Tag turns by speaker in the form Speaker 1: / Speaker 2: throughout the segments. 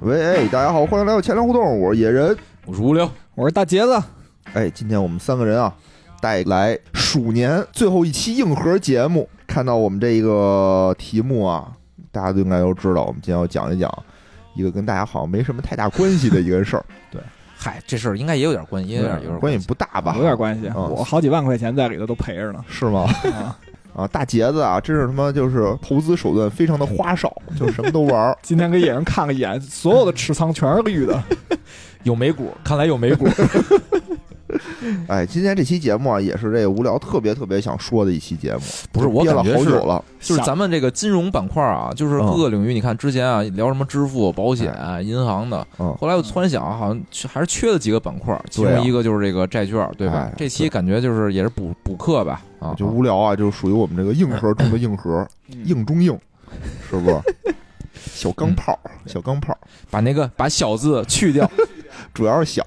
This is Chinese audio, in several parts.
Speaker 1: 喂，哎，大家好，欢迎来到前粮互动，我是野人。
Speaker 2: 我是无聊，
Speaker 3: 我是大杰子，
Speaker 1: 哎，今天我们三个人啊，带来鼠年最后一期硬核节目。看到我们这个题目啊，大家都应该都知道，我们今天要讲一讲一个跟大家好像没什么太大关系的一个事儿，
Speaker 2: 嗨，哎这事儿应该也有点关 系，也有点有点
Speaker 1: 关
Speaker 2: 系。
Speaker 1: 系不大吧？
Speaker 3: 有点关系，
Speaker 1: 啊
Speaker 3: 我好几万块钱在里头都 赔着呢。
Speaker 1: 是吗？
Speaker 3: 啊，。
Speaker 1: 啊，大杰子啊，真是他妈就是投资手段非常的花哨，就什么都玩儿
Speaker 3: 今天给野人看了一眼，所有的持仓全是绿的，
Speaker 2: 有美股，看来有 美股。
Speaker 1: 哎，今天这期节目啊，也是这个无聊特别特别想说的一期节目，
Speaker 2: 不是我
Speaker 1: 憋了
Speaker 2: 感觉
Speaker 1: 好
Speaker 2: 是
Speaker 1: 久了， 嗯
Speaker 2: 就是咱们这个金融板块啊，就是各个领域，你看之前啊聊什么支付、保险、啊银行的，
Speaker 1: 哎嗯，
Speaker 2: 后来我突然想啊，好像缺还是缺了几个板块，其
Speaker 1: 对啊
Speaker 2: 中一个就是这个债券，对吧
Speaker 1: 哎？
Speaker 2: 这期感觉就是也是补补课吧，啊，嗯
Speaker 1: 就无聊啊，就属于我们这个硬核中的硬核，硬中硬，是 不是？小钢炮，小钢炮，
Speaker 2: 把那个把小字去掉，
Speaker 1: 主要是小，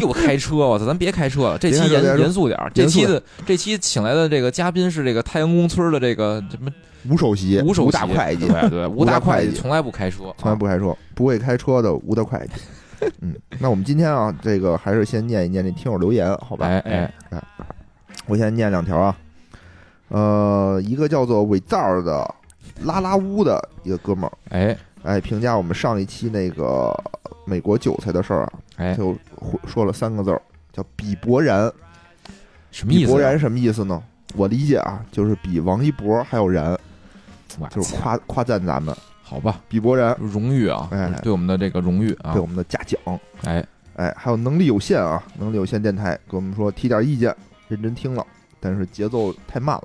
Speaker 2: 又开车，我操，咱别开车了，这期
Speaker 1: 别开车
Speaker 2: 严
Speaker 1: 别开车
Speaker 2: 严肃点儿。这期的这期请来的这个嘉宾是这个太阳宫村的这个什么
Speaker 1: 吴首席，
Speaker 2: 吴首席
Speaker 1: 大会计，
Speaker 2: 对 对，吴
Speaker 1: 大
Speaker 2: 大
Speaker 1: 会
Speaker 2: 会
Speaker 1: 计
Speaker 2: 计从来不开车，
Speaker 1: 从来不开车，不会开车的吴大会 计。嗯，那我们今天啊，这个还是先念一念这听友留言，好吧？
Speaker 2: 哎哎，
Speaker 1: 我先念两条啊，呃，一个叫做伪造儿的拉拉乌的一个哥们儿，
Speaker 2: 哎
Speaker 1: 哎，评价我们上一期那个美国韭菜的事儿啊，
Speaker 2: 哎，
Speaker 1: 就回说了三个字儿，叫比伯然。
Speaker 2: 什么
Speaker 1: 比
Speaker 2: 意思啊
Speaker 1: 伯
Speaker 2: 呀？
Speaker 1: 然什么意思呢？我理解啊，就是比王一博还要然，
Speaker 2: 哇
Speaker 1: 就是夸夸赞咱们
Speaker 2: 好吧，
Speaker 1: 比伯然
Speaker 2: 荣誉啊
Speaker 1: 哎，
Speaker 2: 对我们的这个荣誉啊
Speaker 1: 对，我们的嘉奖。
Speaker 2: 哎，
Speaker 1: 哎，还有能力有限啊，能力有限电台给我们说提点意见，认真听了，但是节奏太慢了，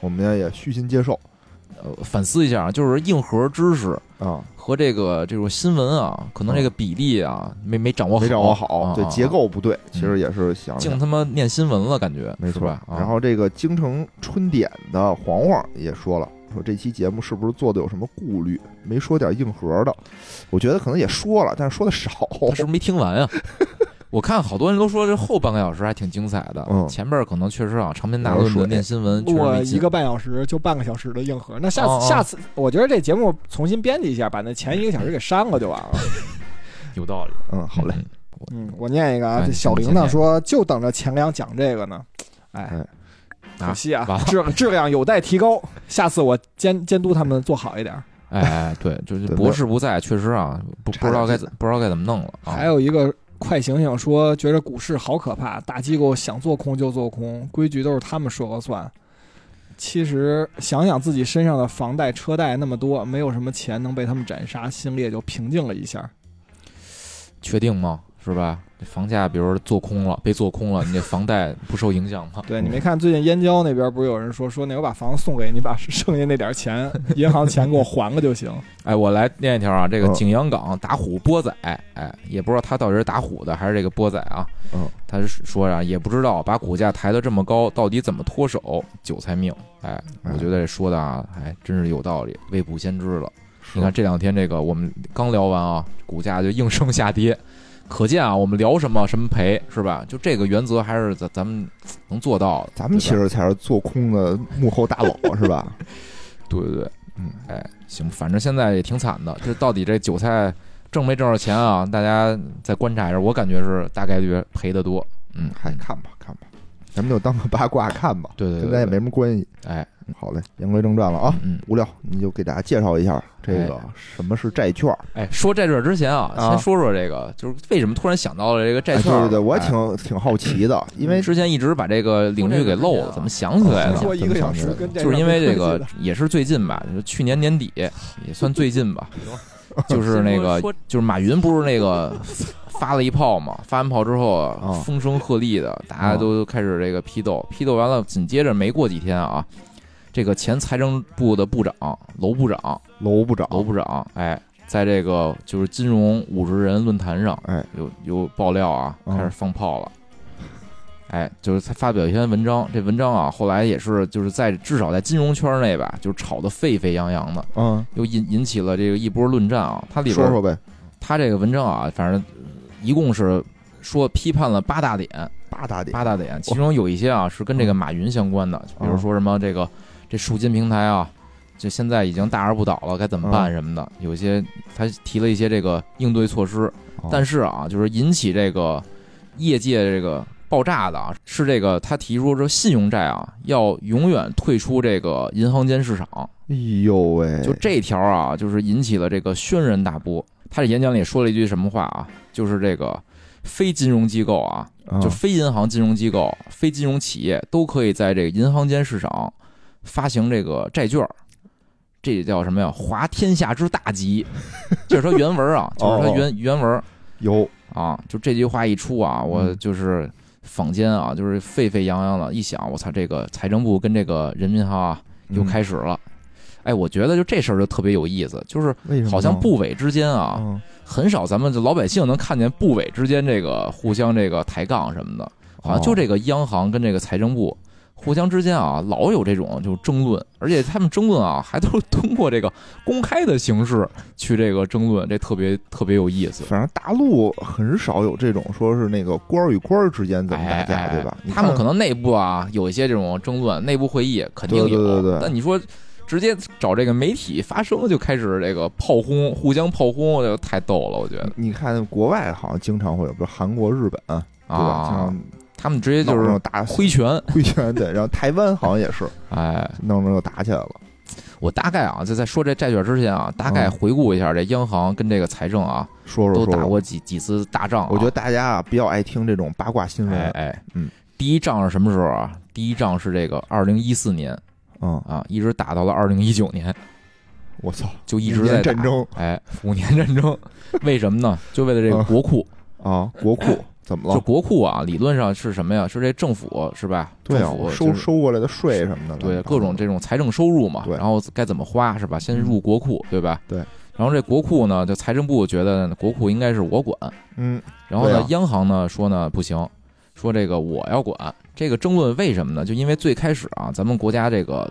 Speaker 1: 我们呢也虚心接受
Speaker 2: 呃，反思一下啊，就是硬核知识
Speaker 1: 啊，
Speaker 2: 和这个这种新闻啊，可能这个比例啊，没没掌握
Speaker 1: 嗯
Speaker 2: 好，
Speaker 1: 没掌握
Speaker 2: 啊
Speaker 1: 好，对
Speaker 2: 啊
Speaker 1: 结
Speaker 2: 啊
Speaker 1: 构不对，其实也是想想
Speaker 2: 净他妈念新闻了，感觉
Speaker 1: 没
Speaker 2: 是
Speaker 1: 错
Speaker 2: 吧？啊
Speaker 1: 然后这个京城春点的黄黄也说了，说这期节目是不是做的有什么顾虑，没说点硬核的？我觉得可能也说了，但是说的 少。
Speaker 2: 他是不是没听完啊？ 我看好多人都说这后半个小时还挺精彩的，
Speaker 1: 嗯
Speaker 2: 前边儿可能确实啊长篇大
Speaker 1: 有点
Speaker 2: 论的
Speaker 1: 水
Speaker 2: 念新闻，确实
Speaker 3: 录了
Speaker 2: 没
Speaker 3: 嗯一
Speaker 2: 劲。
Speaker 3: 个半小时，就半个小时的硬核。那下
Speaker 2: 哦哦
Speaker 3: 次下次，我觉得这节目重新编辑一下，把那前一个小时给删了就完了。
Speaker 2: 有道理，
Speaker 1: 嗯，好嘞，
Speaker 2: 嗯，
Speaker 3: 嗯，我念一个啊
Speaker 2: 哎，
Speaker 3: 这小
Speaker 2: 你
Speaker 3: 铃
Speaker 2: 先念
Speaker 3: 铛说就等着钱粮讲这个呢，哎
Speaker 1: 哎，
Speaker 2: 啊
Speaker 3: 可惜啊
Speaker 2: 完了，
Speaker 3: 质质量有待提高，下次我监监督他们做好一点。
Speaker 2: 哎哎，对，就是
Speaker 1: 对
Speaker 2: 博士不在，确实啊，不不
Speaker 1: 差
Speaker 2: 知道
Speaker 1: 点
Speaker 2: 该
Speaker 1: 劲
Speaker 2: 怎不知道该怎么弄了啊。
Speaker 3: 还有一个快醒醒说，觉得股市好可怕，大机构想做空就做空，规矩都是他们说了算。其实想想自己身上的房贷、车贷那么多，没有什么钱能被他们斩杀，心里也就平静了一下。？
Speaker 2: 确定吗？是吧？这房价，比如说做空了，被做空了，你这房贷不受影响吗
Speaker 3: 对，你没看最近燕郊那边不是有人说说那我把房子送给你，把剩下那点钱， 银行钱给我还了就行。
Speaker 2: 哎，我来念一条啊，这个
Speaker 1: 嗯
Speaker 2: 景阳岗打虎波仔，哎，也不知道他到底是打虎的还是这个波仔啊。
Speaker 1: 嗯，
Speaker 2: 他是说啊，也不知道把股价抬得这么高，到底怎么脱手？韭菜命，哎，
Speaker 1: 哎
Speaker 2: 我觉得这说的啊，还真是有道理，未卜先知了。
Speaker 1: 是
Speaker 2: 你看这两天这个我们刚聊完啊，股价就应声下跌，可见啊，我们聊什么什么赔是吧？就这个原则还是咱咱们能做到的。
Speaker 1: 咱们
Speaker 2: 对吧
Speaker 1: 其实才是做空的幕后大佬，是吧？
Speaker 2: 对对对，
Speaker 1: 嗯，
Speaker 2: 哎，行，反正现在也挺惨的。这到底这韭菜挣没挣着钱啊？大家再观察一下，我感觉是大概率赔的多。嗯，
Speaker 1: 还看吧，看吧，咱们就当个八卦看吧，
Speaker 2: 对对对，
Speaker 1: 跟咱也没
Speaker 2: 对
Speaker 1: 什么关系。
Speaker 2: 哎，
Speaker 1: 好嘞，言归正传了啊。
Speaker 2: 嗯，
Speaker 1: 无聊，你就给大家介绍一下这个什么是债券。
Speaker 2: 哎，说债券之前啊，
Speaker 1: 啊
Speaker 2: 先说说这个，就是为什么突然想到了这个债
Speaker 1: 哎
Speaker 2: 券？
Speaker 1: 对对对，我也
Speaker 2: 哎嗯
Speaker 1: 挺挺好奇的，因为
Speaker 2: 之前一直把这个领域给漏了，怎么想起来
Speaker 1: 哎呀
Speaker 2: 了？
Speaker 3: 说一个小时跟这
Speaker 2: 就是因为这
Speaker 3: 个没
Speaker 2: 个
Speaker 3: 关系，
Speaker 2: 也是最近吧，就是去年年底，也算最近吧，就是那个，就是马云不是那个发了一炮嘛，发完炮之后啊
Speaker 1: 啊
Speaker 2: 风声鹤唳的，大家都开始这个批斗，批斗完了，紧接着没过几天啊，这个前财政部的部长楼部长，
Speaker 1: 楼部长
Speaker 2: 楼部长，哎，在这个就是金融五十人论坛上，
Speaker 1: 哎，
Speaker 2: 有有爆料啊，
Speaker 1: 嗯
Speaker 2: 开始放炮了。哎，就是他发表一篇文章，这文章啊，后来也是就是在至少在金融圈内吧，就是炒得沸沸扬扬的，
Speaker 1: 嗯，
Speaker 2: 又引引起了这个一波论战啊。他里边
Speaker 1: 说说呗，
Speaker 2: 他这个文章啊，反正呃一共是说批判了八大点，
Speaker 1: 八大点
Speaker 2: 八大点，其中有一些啊是跟这个马云相关的，比如说什么这个这数金平台啊，就现在已经大而不倒了，该怎么办
Speaker 1: 嗯
Speaker 2: 什么的，有一些他提了一些这个应对措施，
Speaker 1: 哦
Speaker 2: 但是啊，就是引起这个业界这个爆炸的啊，是这个他提出说信用债啊要永远退出这个银行间市场，
Speaker 1: 哎呦喂，
Speaker 2: 就这条啊，就是引起了这个轩然大波。他这演讲里说了一句什么话啊？就是这个非金融机构啊，
Speaker 1: 啊
Speaker 2: 就非银行金融机构、非金融企业都可以在这个银行间市场发行这个债券儿，这叫什么呀？滑天下之大稽。这是他原文 啊，就是
Speaker 1: 哦
Speaker 2: 他原原文
Speaker 1: 有
Speaker 2: 啊，就这句话一出啊，我
Speaker 1: 嗯
Speaker 2: 就是坊间啊，就是沸沸扬扬的，一想我操，这个财政部跟这个人民银行啊
Speaker 1: 嗯
Speaker 2: 又开始了。哎，我觉得就这事儿就特别有意思，就是
Speaker 1: 嗯为什么呢
Speaker 2: 好像部委之间啊，
Speaker 1: 嗯
Speaker 2: 很少咱们这老百姓能看见部委之间这个互相这个抬杠什么的。好
Speaker 1: 哦
Speaker 2: 像就这个央行跟这个财政部互相之间啊，老有这种就争论，而且他们争论啊，还都是通过这个公开的形式去这个争论，这特别特别有意思。
Speaker 1: 反正大陆很少有这种说是那个官儿与官儿之间怎么打
Speaker 2: 哎，
Speaker 1: 架，
Speaker 2: 哎
Speaker 1: 对吧？你
Speaker 2: 他
Speaker 1: 看
Speaker 2: 们可能内部啊有一些这种争论，内部会议肯定有。
Speaker 1: 对对对对
Speaker 2: 但你说直接找这个媒体发声，就开始这个炮轰，互相炮轰，这太逗了，我觉得
Speaker 1: 你看国外好像经常会有，比如韩国、日本，对吧？
Speaker 2: 啊，
Speaker 1: 像
Speaker 2: 他们直接就
Speaker 1: 弄那
Speaker 2: 是
Speaker 1: 种打
Speaker 2: 挥拳。
Speaker 1: 挥拳，对，然后台湾好像也 是
Speaker 2: 哎，
Speaker 1: 弄着就打起来了。
Speaker 2: 我大概啊，就在说这债券之前啊，大概
Speaker 1: 嗯
Speaker 2: 回顾一下这央行跟这个财政啊，
Speaker 1: 说
Speaker 2: 都
Speaker 1: 说
Speaker 2: 打
Speaker 1: 说说，
Speaker 2: 过几几次大仗、啊。
Speaker 1: 我觉得大家啊比较爱听这种八卦新
Speaker 2: 哎
Speaker 1: 闻，
Speaker 2: 哎，
Speaker 1: 嗯，
Speaker 2: 第一仗是什么时候啊？第一仗是这个二零一四年
Speaker 1: 嗯，
Speaker 2: 啊，一直打到了二零一九年，
Speaker 1: 我操
Speaker 2: 就一直在
Speaker 1: 五年
Speaker 2: 打
Speaker 1: 战争。
Speaker 2: 哎，五年战争， 为什么呢？就为了这个
Speaker 1: 嗯
Speaker 2: 国库。
Speaker 1: 啊！国 库怎么
Speaker 2: 就
Speaker 1: 了？
Speaker 2: 国库啊，理论上是什么呀？是这政府是吧？
Speaker 1: 对啊，
Speaker 2: 政府
Speaker 1: 我
Speaker 2: 就
Speaker 1: 收
Speaker 2: 是
Speaker 1: 收过来的税什么的，
Speaker 2: 对各种这种财政收入嘛，
Speaker 1: 嗯对嗯
Speaker 2: 然后该怎么花是吧？先入国库，对吧？
Speaker 1: 对。
Speaker 2: 然后这国库呢，就财政部觉得国库应该是我管，
Speaker 1: 嗯
Speaker 2: 然后呢
Speaker 1: 对啊，
Speaker 2: 央行呢说呢不行，说这个我要管。这个争论为什么呢？就因为最开始啊，咱们国家这个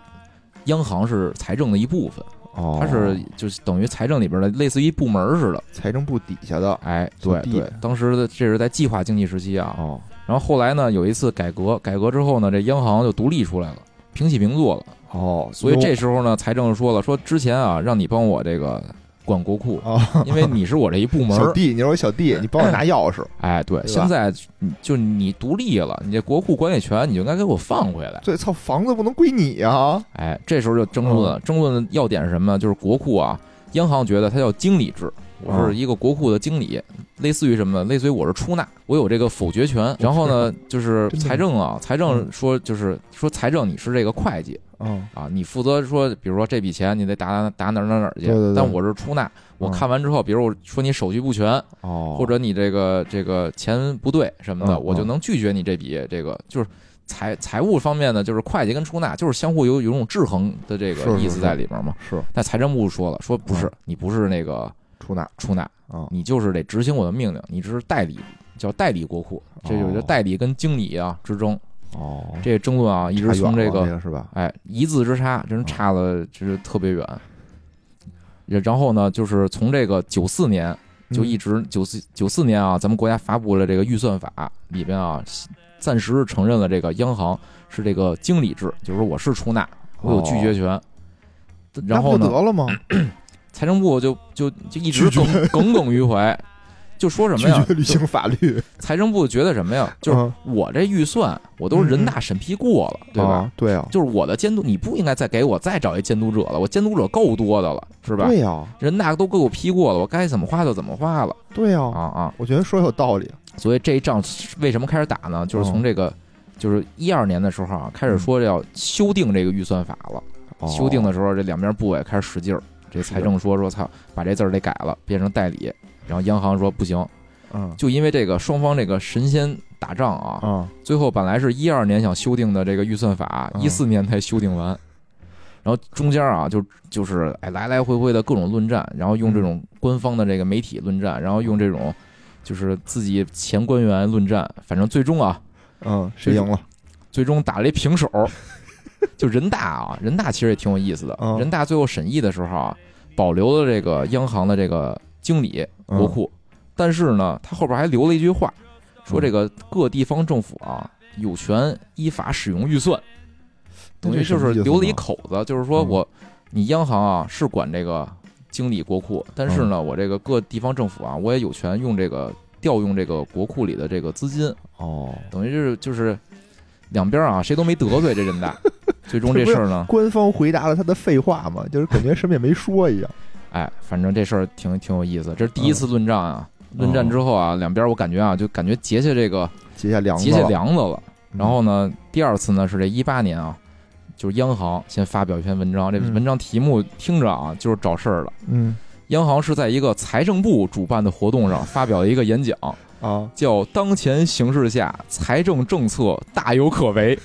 Speaker 2: 央行是财政的一部分，
Speaker 1: 哦，
Speaker 2: 它是就是等于财政里边的类似于部门儿似的。
Speaker 1: 财政部底下的
Speaker 2: 哎，
Speaker 1: 小
Speaker 2: 对
Speaker 1: 弟
Speaker 2: 对，当时的这是在计划经济时期啊。
Speaker 1: 哦，
Speaker 2: 然后后来呢，有一次改革，改革之后呢，这央行就独立出来了，平起平坐了。
Speaker 1: 哦，
Speaker 2: 所以
Speaker 1: 有
Speaker 2: 这时候呢，财政说了，说之前啊，让你帮我这个管 国库，
Speaker 1: 哦，
Speaker 2: 因为你是我这一部门儿。
Speaker 1: 小弟，你是我小 弟，你帮我拿钥匙。
Speaker 2: 哎，对，
Speaker 1: 对吧
Speaker 2: 现在你就你独立了，你这国库管理权你就应该给我放回来。
Speaker 1: 对，操，房子不能归你啊！
Speaker 2: 哎，这时候就争论
Speaker 1: 嗯
Speaker 2: 了，争论的要点是什么呢？就是国库啊，央行觉得它叫经理制，我是
Speaker 1: 嗯
Speaker 2: 一个国库的经理，类似于什么呢？类似于我是出纳，我有这个否决权。然后呢，就是
Speaker 1: 真的
Speaker 2: 财政啊，财政
Speaker 1: 嗯
Speaker 2: 说就是说财政你是这个会计
Speaker 1: 嗯，
Speaker 2: 啊，你负责说，比如说这笔钱你得打打哪儿哪儿哪儿去
Speaker 1: 对对对，
Speaker 2: 但我是出纳，我
Speaker 1: 嗯
Speaker 2: 看完之后，比如我说你手续不全，
Speaker 1: 哦，
Speaker 2: 或者你这个这个钱不对什么的，
Speaker 1: 嗯
Speaker 2: 我就
Speaker 1: 嗯
Speaker 2: 能拒绝你这笔这个就是财财务方面呢，就是会计跟出纳就是相互有有种制衡的这
Speaker 1: 是
Speaker 2: 个
Speaker 1: 是
Speaker 2: 意思
Speaker 1: 是
Speaker 2: 在里边嘛。
Speaker 1: 是
Speaker 2: 但财政部说了，说不是
Speaker 1: 嗯，
Speaker 2: 你不是那个
Speaker 1: 出纳
Speaker 2: 出纳，
Speaker 1: 啊，
Speaker 2: 你就是得执行我的命令，你只是代理，叫代理国库，这就
Speaker 1: 哦
Speaker 2: 叫代理跟经理啊之争。
Speaker 1: 哦，
Speaker 2: 这争论啊，一直从
Speaker 1: 这
Speaker 2: 这个
Speaker 1: 是吧？
Speaker 2: 哎，一字之差，
Speaker 1: 啊
Speaker 2: 真是差了，就是特别远。也然后呢，就是从这个九四年
Speaker 1: 嗯
Speaker 2: 就一直九四九四年啊，咱们国家发布了这个预算法，里边啊暂时承认了这个央行是这个经理制，就是说我是出纳，我有拒绝权。然
Speaker 1: 哦
Speaker 2: 后
Speaker 1: 那
Speaker 2: 呢
Speaker 1: 不，得了吗？
Speaker 2: 财政部就就就一直
Speaker 1: 拒
Speaker 2: 耿耿耿于怀，就说什么
Speaker 1: 拒
Speaker 2: 呀
Speaker 1: 绝？履行法律，
Speaker 2: 财政部觉得什么呀？ 就是
Speaker 1: 嗯
Speaker 2: 我这预算我都是人
Speaker 1: 嗯嗯
Speaker 2: 大审批过了，对吧？
Speaker 1: 啊对啊，
Speaker 2: 就是我的监督，你不应该再给我再找一监督者了，我监督者够多的了，是吧？
Speaker 1: 对呀，
Speaker 2: 人大都给我批过了，我该怎么花就怎么花了
Speaker 1: 对
Speaker 2: 啊
Speaker 1: 呀，
Speaker 2: 啊！
Speaker 1: 我觉得说有道理。
Speaker 2: 所以这一仗为什么开始打呢？就是从这个，就是一二年的时候啊，开始说要修订这个预算法了。
Speaker 1: 哦
Speaker 2: 修订的时候，这两边部委开始使劲儿，这财政说说操，把这字儿得改了，变成代理。然后央行说不行，
Speaker 1: 嗯
Speaker 2: 就因为这个双方这个神仙打仗啊，
Speaker 1: 啊，
Speaker 2: 最后本来是一二年想修订的这个预算法，
Speaker 1: 嗯
Speaker 2: 一四年才修订完，然后中间啊就就是哎来来回回的各种论战，然后用这种官方的这个媒体论战，然后用这种就是自己前官员论战，反正最终啊
Speaker 1: 嗯，谁赢了？
Speaker 2: 最终打了一平手。 就人大啊，人大其实也挺有意思的
Speaker 1: 嗯。
Speaker 2: 人大最后审议的时候啊，保留了这个央行的这个经理国
Speaker 1: 嗯
Speaker 2: 库，但是呢，他后边还留了一句话，说这个各地方政府啊有权依法使用预算，
Speaker 1: 那
Speaker 2: 等
Speaker 1: 这
Speaker 2: 于
Speaker 1: 什
Speaker 2: 就
Speaker 1: 么
Speaker 2: 是
Speaker 1: 意思
Speaker 2: 留了一
Speaker 1: 呢
Speaker 2: 口子，就是说
Speaker 1: 嗯
Speaker 2: 我你央行啊是管这个经理国库，但是
Speaker 1: 嗯
Speaker 2: 呢，我这个各地方政府啊，我也有权用这个调用这个国库里的这个资金，
Speaker 1: 哦，
Speaker 2: 等于就是就是两边啊谁都没得罪这 人大，最终这事儿呢，
Speaker 1: 官方回答了他的废话嘛，就是感觉什么也没说一样。
Speaker 2: 哎，反正这事儿挺挺有意思，这是第一次
Speaker 1: 嗯
Speaker 2: 论战啊。论战之后啊，两边我感觉啊，就感觉结下这个
Speaker 1: 结下梁子
Speaker 2: 结
Speaker 1: 了，
Speaker 2: 下梁子了。
Speaker 1: 嗯
Speaker 2: 然后呢，第二次呢是这一八年啊，就是央行先发表一篇文章，这
Speaker 1: 嗯
Speaker 2: 文章题目听着啊就是找事儿了。
Speaker 1: 嗯
Speaker 2: 央行是在一个财政部主办的活动上发表了一个演讲，
Speaker 1: 啊，
Speaker 2: 叫《当前形势下财政政策大有可为》。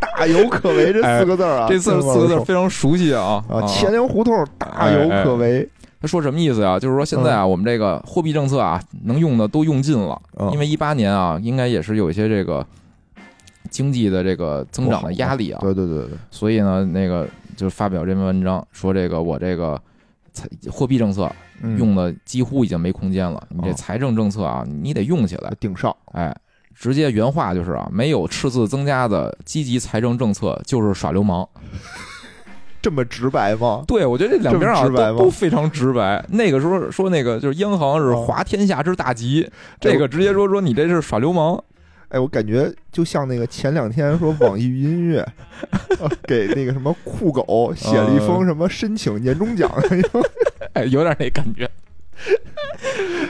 Speaker 1: 大有可为这四个字儿啊，
Speaker 2: 哎这四
Speaker 1: 听
Speaker 2: 四
Speaker 1: 我
Speaker 2: 个字儿
Speaker 1: 说
Speaker 2: 非常熟悉啊
Speaker 1: 啊，钱粮胡同大
Speaker 2: 哎
Speaker 1: 有
Speaker 2: 哎
Speaker 1: 可为，
Speaker 2: 他说什么意思啊？就是说现在啊，我们这个货币政策啊，能用的都用尽了，
Speaker 1: 嗯
Speaker 2: 因为一八年啊，应该也是有一些这个经济的这个增长的压力啊，
Speaker 1: 对对对对，
Speaker 2: 所以呢，那个就发表这篇文章说这个我这个财货币政策
Speaker 1: 嗯
Speaker 2: 用的几乎已经没空间了，你这
Speaker 1: 哦
Speaker 2: 财政政策啊，你得用起来。
Speaker 1: 顶上，
Speaker 2: 哎，直接原话就是啊，没有赤字增加的积极财政政策就是耍流氓。
Speaker 1: 这么直白吗？
Speaker 2: 对，我觉得这两边啊
Speaker 1: 这么直白
Speaker 2: 都
Speaker 1: 吗
Speaker 2: 都非常 直白。那个时候说那个就是央行是
Speaker 1: 哦
Speaker 2: 滑天下之大吉，
Speaker 1: 这
Speaker 2: 这个直接说说你这是耍流氓。
Speaker 1: 哎，我感觉就像那个前两天说网易云音乐、啊给那个什么酷狗写了一
Speaker 2: 嗯
Speaker 1: 封什么申请年终奖，
Speaker 2: 哎，有点那感觉。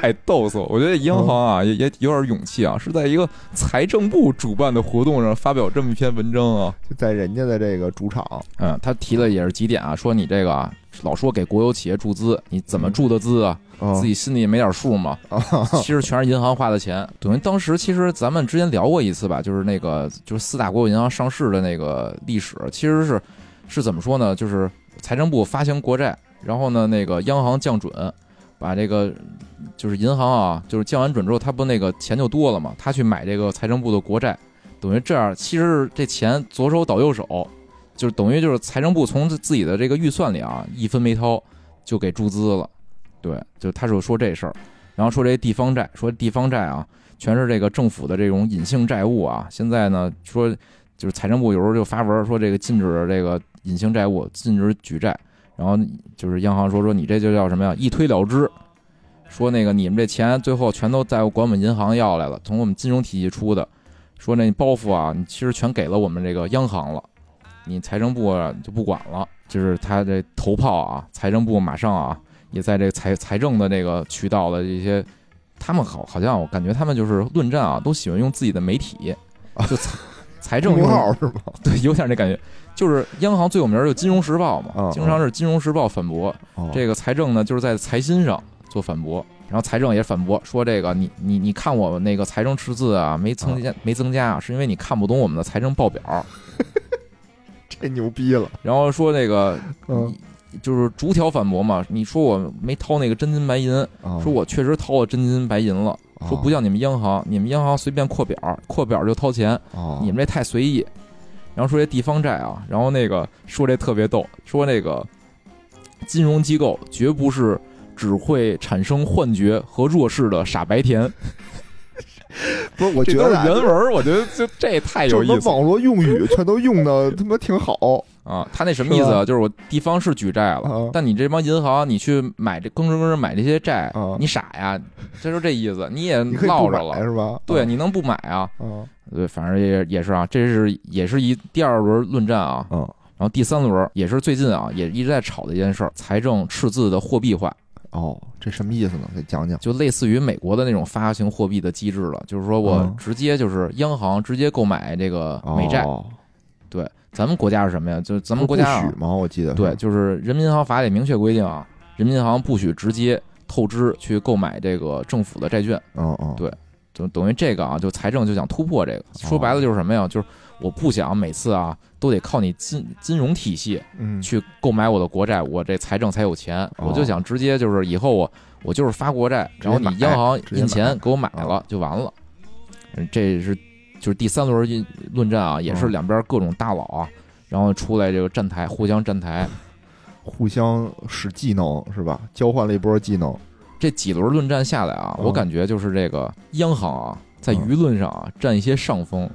Speaker 2: 哎，逗死我！我觉得央行啊，也也有点勇气啊，是在一个财政部主办的活动上发表这么一篇文章啊。
Speaker 1: 就在人家的这个主场，
Speaker 2: 嗯，他提的也是几点啊，说你这个啊，老说给国有企业注资，你怎么注的资啊？
Speaker 1: 啊
Speaker 2: 自己心里也没点数吗？
Speaker 1: 啊，
Speaker 2: 其实全是银行花的钱。等于当时其实咱们之前聊过一次吧，就是那个就是四大国有银行上市的那个历史，其实是是怎么说呢？就是财政部发行国债，然后呢那个央行降准，把这个就是银行啊，就是降完准之后，它不那个钱就多了嘛，他去买这个财政部的国债，等于这样其实这钱左手倒右手，就是等于就是财政部从自己的这个预算里啊一分没掏就给注资了。对，就他是说这事儿，然后说这地方债，说地方债啊，全是这个政府的这种隐性债务啊。现在呢，说就是财政部有时候就发文儿说这个禁止这个隐性债务，禁止举债。然后就是央行说说你这就叫什么呀？一推了之，说那个你们这钱最后全都在管我们银行要来了，从我们金融体系出的。说那包袱啊，你其实全给了我们这个央行了，你财政部啊就不管了。就是他这头炮啊，财政部马上啊也在这个财财政的这个渠道的这些，他们好好像我感觉他们就是论战啊，都喜欢用自己的媒体，就财 财政
Speaker 1: 公
Speaker 2: 用
Speaker 1: 号是吗？
Speaker 2: 对，有点这感觉。就是央行最有名儿就《金融时报》嘛
Speaker 1: 嗯，
Speaker 2: 经常是《金融时报》反驳，
Speaker 1: 哦
Speaker 2: 这个财政呢，就是在财新上做反驳，然后财政也反驳说这个你你你看我们那个财政赤字啊没增
Speaker 1: 嗯
Speaker 2: 加没增加啊，是因为你看不懂我们的财政报表，
Speaker 1: 这牛逼了，
Speaker 2: 然后说这个
Speaker 1: 嗯
Speaker 2: 就是逐条反驳嘛，你说我没掏那个真金白银，
Speaker 1: 啊
Speaker 2: 说我确实掏了真金白银了，
Speaker 1: 嗯哦
Speaker 2: 说不像你们央行，你们央行随便扩表，扩表就掏钱，
Speaker 1: 啊，
Speaker 2: 你们这太随意。然后说这地方债啊，然后那个说这特别逗，说那个金融机构绝不是只会产生幻觉和弱势的傻白甜，
Speaker 1: 不是我
Speaker 2: 这
Speaker 1: 觉
Speaker 2: 都是
Speaker 1: 得啊
Speaker 2: 原文儿，我觉得就这太有
Speaker 1: 就
Speaker 2: 意
Speaker 1: 什
Speaker 2: 思
Speaker 1: 么网络用语全都用的他妈挺 好
Speaker 2: 啊！他那什么意思
Speaker 1: 是
Speaker 2: 啊？就是我地方是举债了，
Speaker 1: 啊
Speaker 2: 但你这帮银行，你去买这吭哧吭哧买这些债，
Speaker 1: 啊，
Speaker 2: 你傻呀？这就这意思，你也
Speaker 1: 你可以不
Speaker 2: 落着
Speaker 1: 买啊
Speaker 2: 了，
Speaker 1: 是吧？嗯
Speaker 2: 对，你能不买啊？
Speaker 1: 啊
Speaker 2: 对，反正也也是啊，这是也是一第二轮论战啊，
Speaker 1: 啊
Speaker 2: 然后第三轮儿也是最近啊，也一直在炒的一件事儿，财政赤字的货币化，
Speaker 1: 哦，这什么意思呢？给讲讲
Speaker 2: 就类似于美国的那种发行货币的机制了，就是说我
Speaker 1: 嗯
Speaker 2: 直接就是央行直接购买这个美债。
Speaker 1: 哦
Speaker 2: 对，咱们国家是什么呀？就是咱们国
Speaker 1: 不
Speaker 2: 家、
Speaker 1: 许嗯
Speaker 2: 啊、
Speaker 1: 吗？我记得是
Speaker 2: 对，就是人民银行法里明确规定啊，人民银行不许直接透支去购买这个政府的债券，
Speaker 1: 嗯嗯
Speaker 2: 对就等于这个啊，就财政就想突破这个，说白了就是什么呀？就是我不想每次啊都得靠你金金融体系
Speaker 1: 嗯
Speaker 2: 去购买我的国债，我这财政才有钱。
Speaker 1: 哦
Speaker 2: 我就想直接就是以后我我就是发国债，
Speaker 1: 直接
Speaker 2: 然后你央行
Speaker 1: 直接买
Speaker 2: 印钱给我买了
Speaker 1: 哦
Speaker 2: 就完了。嗯，这是就是第三轮运论战啊，也是
Speaker 1: 嗯
Speaker 2: 两边各种大佬啊，然后出来这个站台互相站台。
Speaker 1: 互相使技能是吧？交换了一波技能，
Speaker 2: 这几轮论战下来啊，
Speaker 1: 嗯
Speaker 2: 我感觉就是这个央行啊，在
Speaker 1: 嗯
Speaker 2: 舆论上啊占一些上风。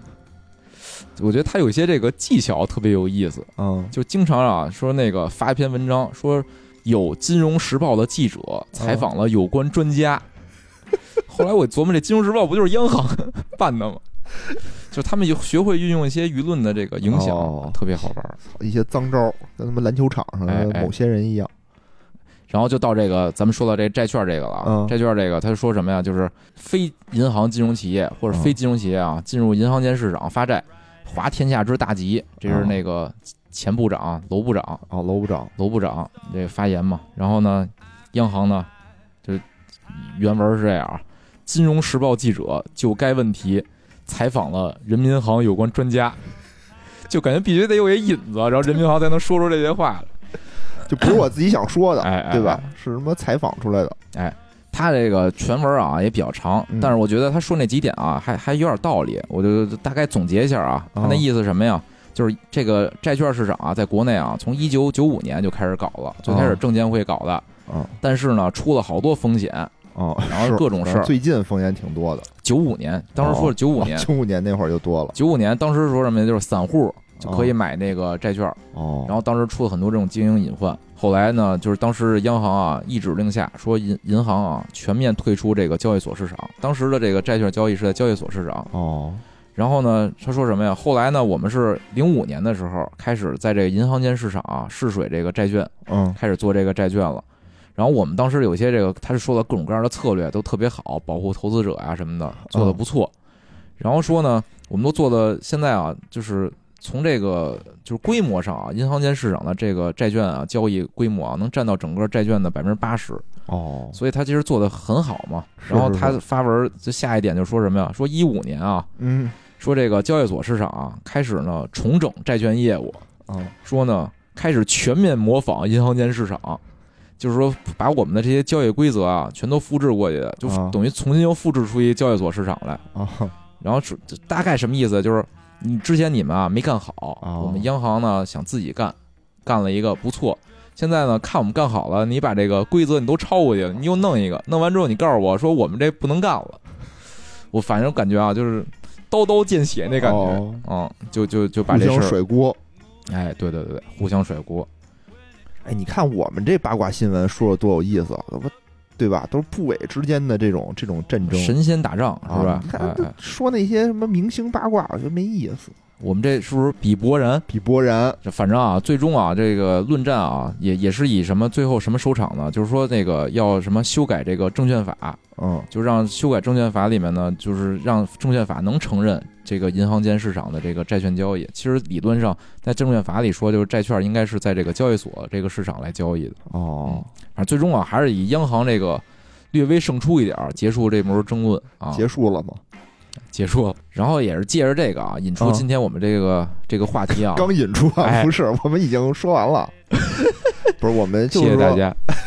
Speaker 2: 我觉得他有一些这个技巧特别有意思，
Speaker 1: 嗯
Speaker 2: 就经常啊说那个发一篇文章，说有《金融时报》的记者采访了有关专家。哦后来我琢磨，这《金融时报》不就是央行办 的吗？就他们有学会运用一些舆论的这个影响，
Speaker 1: 哦
Speaker 2: 特别好玩儿。
Speaker 1: 一些脏招儿，跟他们篮球场上
Speaker 2: 哎
Speaker 1: 的
Speaker 2: 哎
Speaker 1: 某些人一样。
Speaker 2: 然后就到这个，咱们说到这债券这个了啊，
Speaker 1: 嗯
Speaker 2: 债券这个他说什么呀？就是非银行金融企业或者非金融企业啊，进入银行间市场发债，滑天下之大稽。这是那个前部长楼部长
Speaker 1: 哦，楼部长，
Speaker 2: 楼部长这个发言嘛。然后呢，央行呢，就原文是这样啊：金融时报记者就该问题采访了人民银行有关专家，就感觉必须得有一引子，然后人民银行才能说出这些话来。
Speaker 1: 就不是我自己想说的，
Speaker 2: 哎哎
Speaker 1: 对吧
Speaker 2: 哎？
Speaker 1: 是什么采访出来的？
Speaker 2: 他这个全文啊也比较长
Speaker 1: 嗯，
Speaker 2: 但是我觉得他说那几点啊还还有点道理，我就大概总结一下啊，
Speaker 1: 哦
Speaker 2: 他那意思是什么呀？就是这个债券市场啊，在国内啊，从一九九五年就开始搞了，最
Speaker 1: 嗯
Speaker 2: 开始证监会搞的，
Speaker 1: 哦
Speaker 2: 但是呢，出了好多风险。
Speaker 1: 哦，
Speaker 2: 然后
Speaker 1: 是
Speaker 2: 各种
Speaker 1: 反正
Speaker 2: 事儿
Speaker 1: 最哦近风险挺多的，
Speaker 2: 九五年，当时说是九五年，
Speaker 1: 九五年那会儿就多了，
Speaker 2: 九五年当时说什么呀？就是散户就可以
Speaker 1: 哦
Speaker 2: 买那个债券，
Speaker 1: 哦，
Speaker 2: 然后当时出了很多这种经营隐患。后来呢，就是当时央行啊一指令下，说银银行啊全面退出这个交易所市场。当时的这个债券交易是在交易所市场。
Speaker 1: 哦，
Speaker 2: 然后呢，他说什么呀？后来呢，我们是零五年的时候开始在这个银行间市场啊试水这个债券，
Speaker 1: 嗯
Speaker 2: 开始做这个债券了。然后我们当时有些这个，他是说了各种各样的策略都特别好，保护投资者啊什么的，
Speaker 1: 嗯
Speaker 2: 做的不错。然后说呢，我们都做的现在啊，就是从这个就是规模上啊，银行间市场的这个债券啊交易规模啊，能占到整个债券的百分之八十，
Speaker 1: 哦，
Speaker 2: 所以他其实做的很好嘛。
Speaker 1: 是
Speaker 2: 然后
Speaker 1: 是
Speaker 2: 他
Speaker 1: 是
Speaker 2: 发文就下一点就说什么呀？说一五年啊，
Speaker 1: 嗯
Speaker 2: 说这个交易所市场啊开始呢重整债券业务，
Speaker 1: 嗯
Speaker 2: 说呢，开始全面模仿银行间市场，就是说把我们的这些交易规则啊，全都复制过去，就
Speaker 1: 啊
Speaker 2: 等于重新又复制出一交易所市场来。
Speaker 1: 啊
Speaker 2: 然后是这大概什么意思？就是你之前你们啊没干好，
Speaker 1: 哦
Speaker 2: 我们央行呢想自己干，干了一个不错。现在呢，看我们干好了，你把这个规则你都抄过去，你又弄一个，弄完之后你告诉我说我们这不能干了。我反正感觉啊，就是刀刀见血那感觉，
Speaker 1: 哦
Speaker 2: 嗯，就就就把
Speaker 1: 互
Speaker 2: 这事
Speaker 1: 相
Speaker 2: 儿
Speaker 1: 甩锅。
Speaker 2: 哎，对对对，对，互相甩锅。
Speaker 1: 哎，你看我们这八卦新闻说的多有意思，啊我对吧？都是部委之间的这种这种战争，
Speaker 2: 神仙打仗
Speaker 1: 啊
Speaker 2: 是吧
Speaker 1: 你？
Speaker 2: 哎
Speaker 1: 看这
Speaker 2: 哎，
Speaker 1: 说那些什么明星八卦，我觉得没意思。
Speaker 2: 我们这是不是比伯然？
Speaker 1: 比伯然，
Speaker 2: 这反正啊，最终啊，这个论战啊，也也是以什么最后什么收场呢？就是说那个要什么修改这个证券法，
Speaker 1: 嗯，
Speaker 2: 就让修改证券法里面呢，就是让证券法能承认这个银行间市场的这个债券交易。其实理论上，在证券法里说，就是债券应该是在这个交易所这个市场来交易的。
Speaker 1: 哦，
Speaker 2: 反正最终啊，还是以央行这个略微胜出一点儿结束这轮争论啊。
Speaker 1: 结束了吗？
Speaker 2: 结束了。然后也是借着这个啊，引出
Speaker 1: 嗯
Speaker 2: 今天我们这个、这个话题啊。
Speaker 1: 刚引出啊，
Speaker 2: 哎
Speaker 1: 不是， 我们已经说完 了。不是，我们就
Speaker 2: 谢
Speaker 1: 是
Speaker 2: 谢
Speaker 1: 说
Speaker 2: 大家。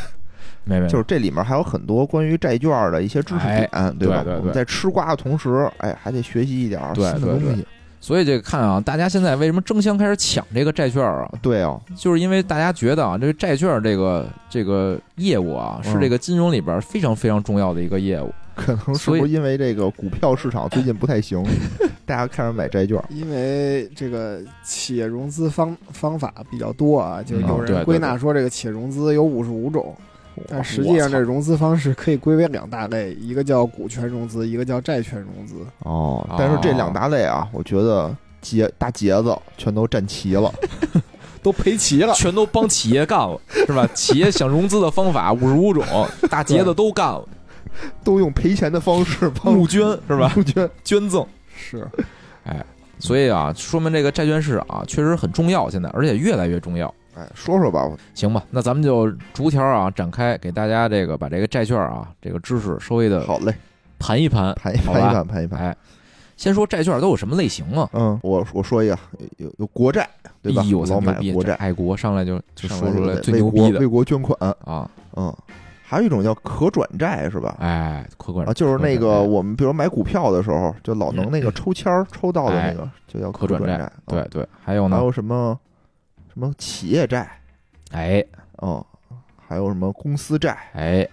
Speaker 2: 没没，
Speaker 1: 就是这里面还有很多关于债券的一些知识点，对吧？
Speaker 2: 哎对对对
Speaker 1: 我们在吃瓜的同时，哎，还得学习一点儿新
Speaker 2: 对
Speaker 1: 的
Speaker 2: 对
Speaker 1: 东
Speaker 2: 对
Speaker 1: 西。
Speaker 2: 所以这个看啊，大家现在为什么争相开始抢这个债券啊？
Speaker 1: 对哦，
Speaker 2: 就是因为大家觉得啊，这个债券这个这个业务啊，
Speaker 1: 嗯
Speaker 2: 是这个金融里边非常非常重要的一个业务。
Speaker 1: 可能是
Speaker 2: 所以
Speaker 1: 不是因为这个股票市场最近不太 行，大家开始买债券？
Speaker 3: 因为这个企业融资方方法比较多啊，就是
Speaker 1: 嗯
Speaker 3: 有
Speaker 2: 对对
Speaker 3: 人归纳说这个企业融资有五十五种，但实际上这
Speaker 1: 我
Speaker 3: 融资方式可以归为两大类，一个叫股权融资，一个叫债权融资。
Speaker 1: 操
Speaker 2: 啊
Speaker 1: 哦，但是这两大类啊，我觉得结大结子全都占齐了。
Speaker 3: 都赔齐了，
Speaker 2: 啊全都帮企业干了，是吧？企业想融资的方法五十五种，大杰子都干 了，
Speaker 1: 都用赔钱的方式帮
Speaker 2: 募捐是吧？
Speaker 1: 募捐，
Speaker 2: 捐赠。
Speaker 3: 是
Speaker 2: 所以啊，说明这个债券市场啊，确实很重要，现在而且越来越重要。
Speaker 1: 哎，说说吧，我
Speaker 2: 行吧，那咱们就逐条啊展开，给大家这个把这个债券啊这个知识稍微的
Speaker 1: 好嘞，
Speaker 2: 盘一盘。
Speaker 1: 盘一盘
Speaker 2: 呃好
Speaker 1: 一
Speaker 2: 吧
Speaker 1: 盘盘一盘。
Speaker 2: 哎，先说债券都有什么类型啊？
Speaker 1: 嗯，我我说一个，有有国债，对吧
Speaker 2: 哎？呦，
Speaker 1: 老
Speaker 2: 咱们
Speaker 1: 买
Speaker 2: 牛逼！
Speaker 1: 国
Speaker 2: 这
Speaker 1: 债，
Speaker 2: 爱国上来就就
Speaker 1: 上
Speaker 2: 说出
Speaker 1: 就
Speaker 2: 来
Speaker 1: 得
Speaker 2: 最
Speaker 1: 为
Speaker 2: 牛
Speaker 1: 国
Speaker 2: 逼的
Speaker 1: 为国捐款。
Speaker 2: 啊！
Speaker 1: 嗯，还有一种叫可转债，是吧？
Speaker 2: 哎，客观
Speaker 1: 啊，就是那个
Speaker 2: 客
Speaker 1: 我们比如买股票的时候，就老能那个抽签儿抽到的那
Speaker 2: 嗯哎
Speaker 1: 个，就叫
Speaker 2: 可
Speaker 1: 转
Speaker 2: 转债
Speaker 1: 债。
Speaker 2: 观
Speaker 1: 啊
Speaker 2: 债对对，还有
Speaker 1: 还
Speaker 2: 呢，
Speaker 1: 有什么什么企业债，
Speaker 2: 哎
Speaker 1: 嗯，还有什么公司债，
Speaker 2: 哎，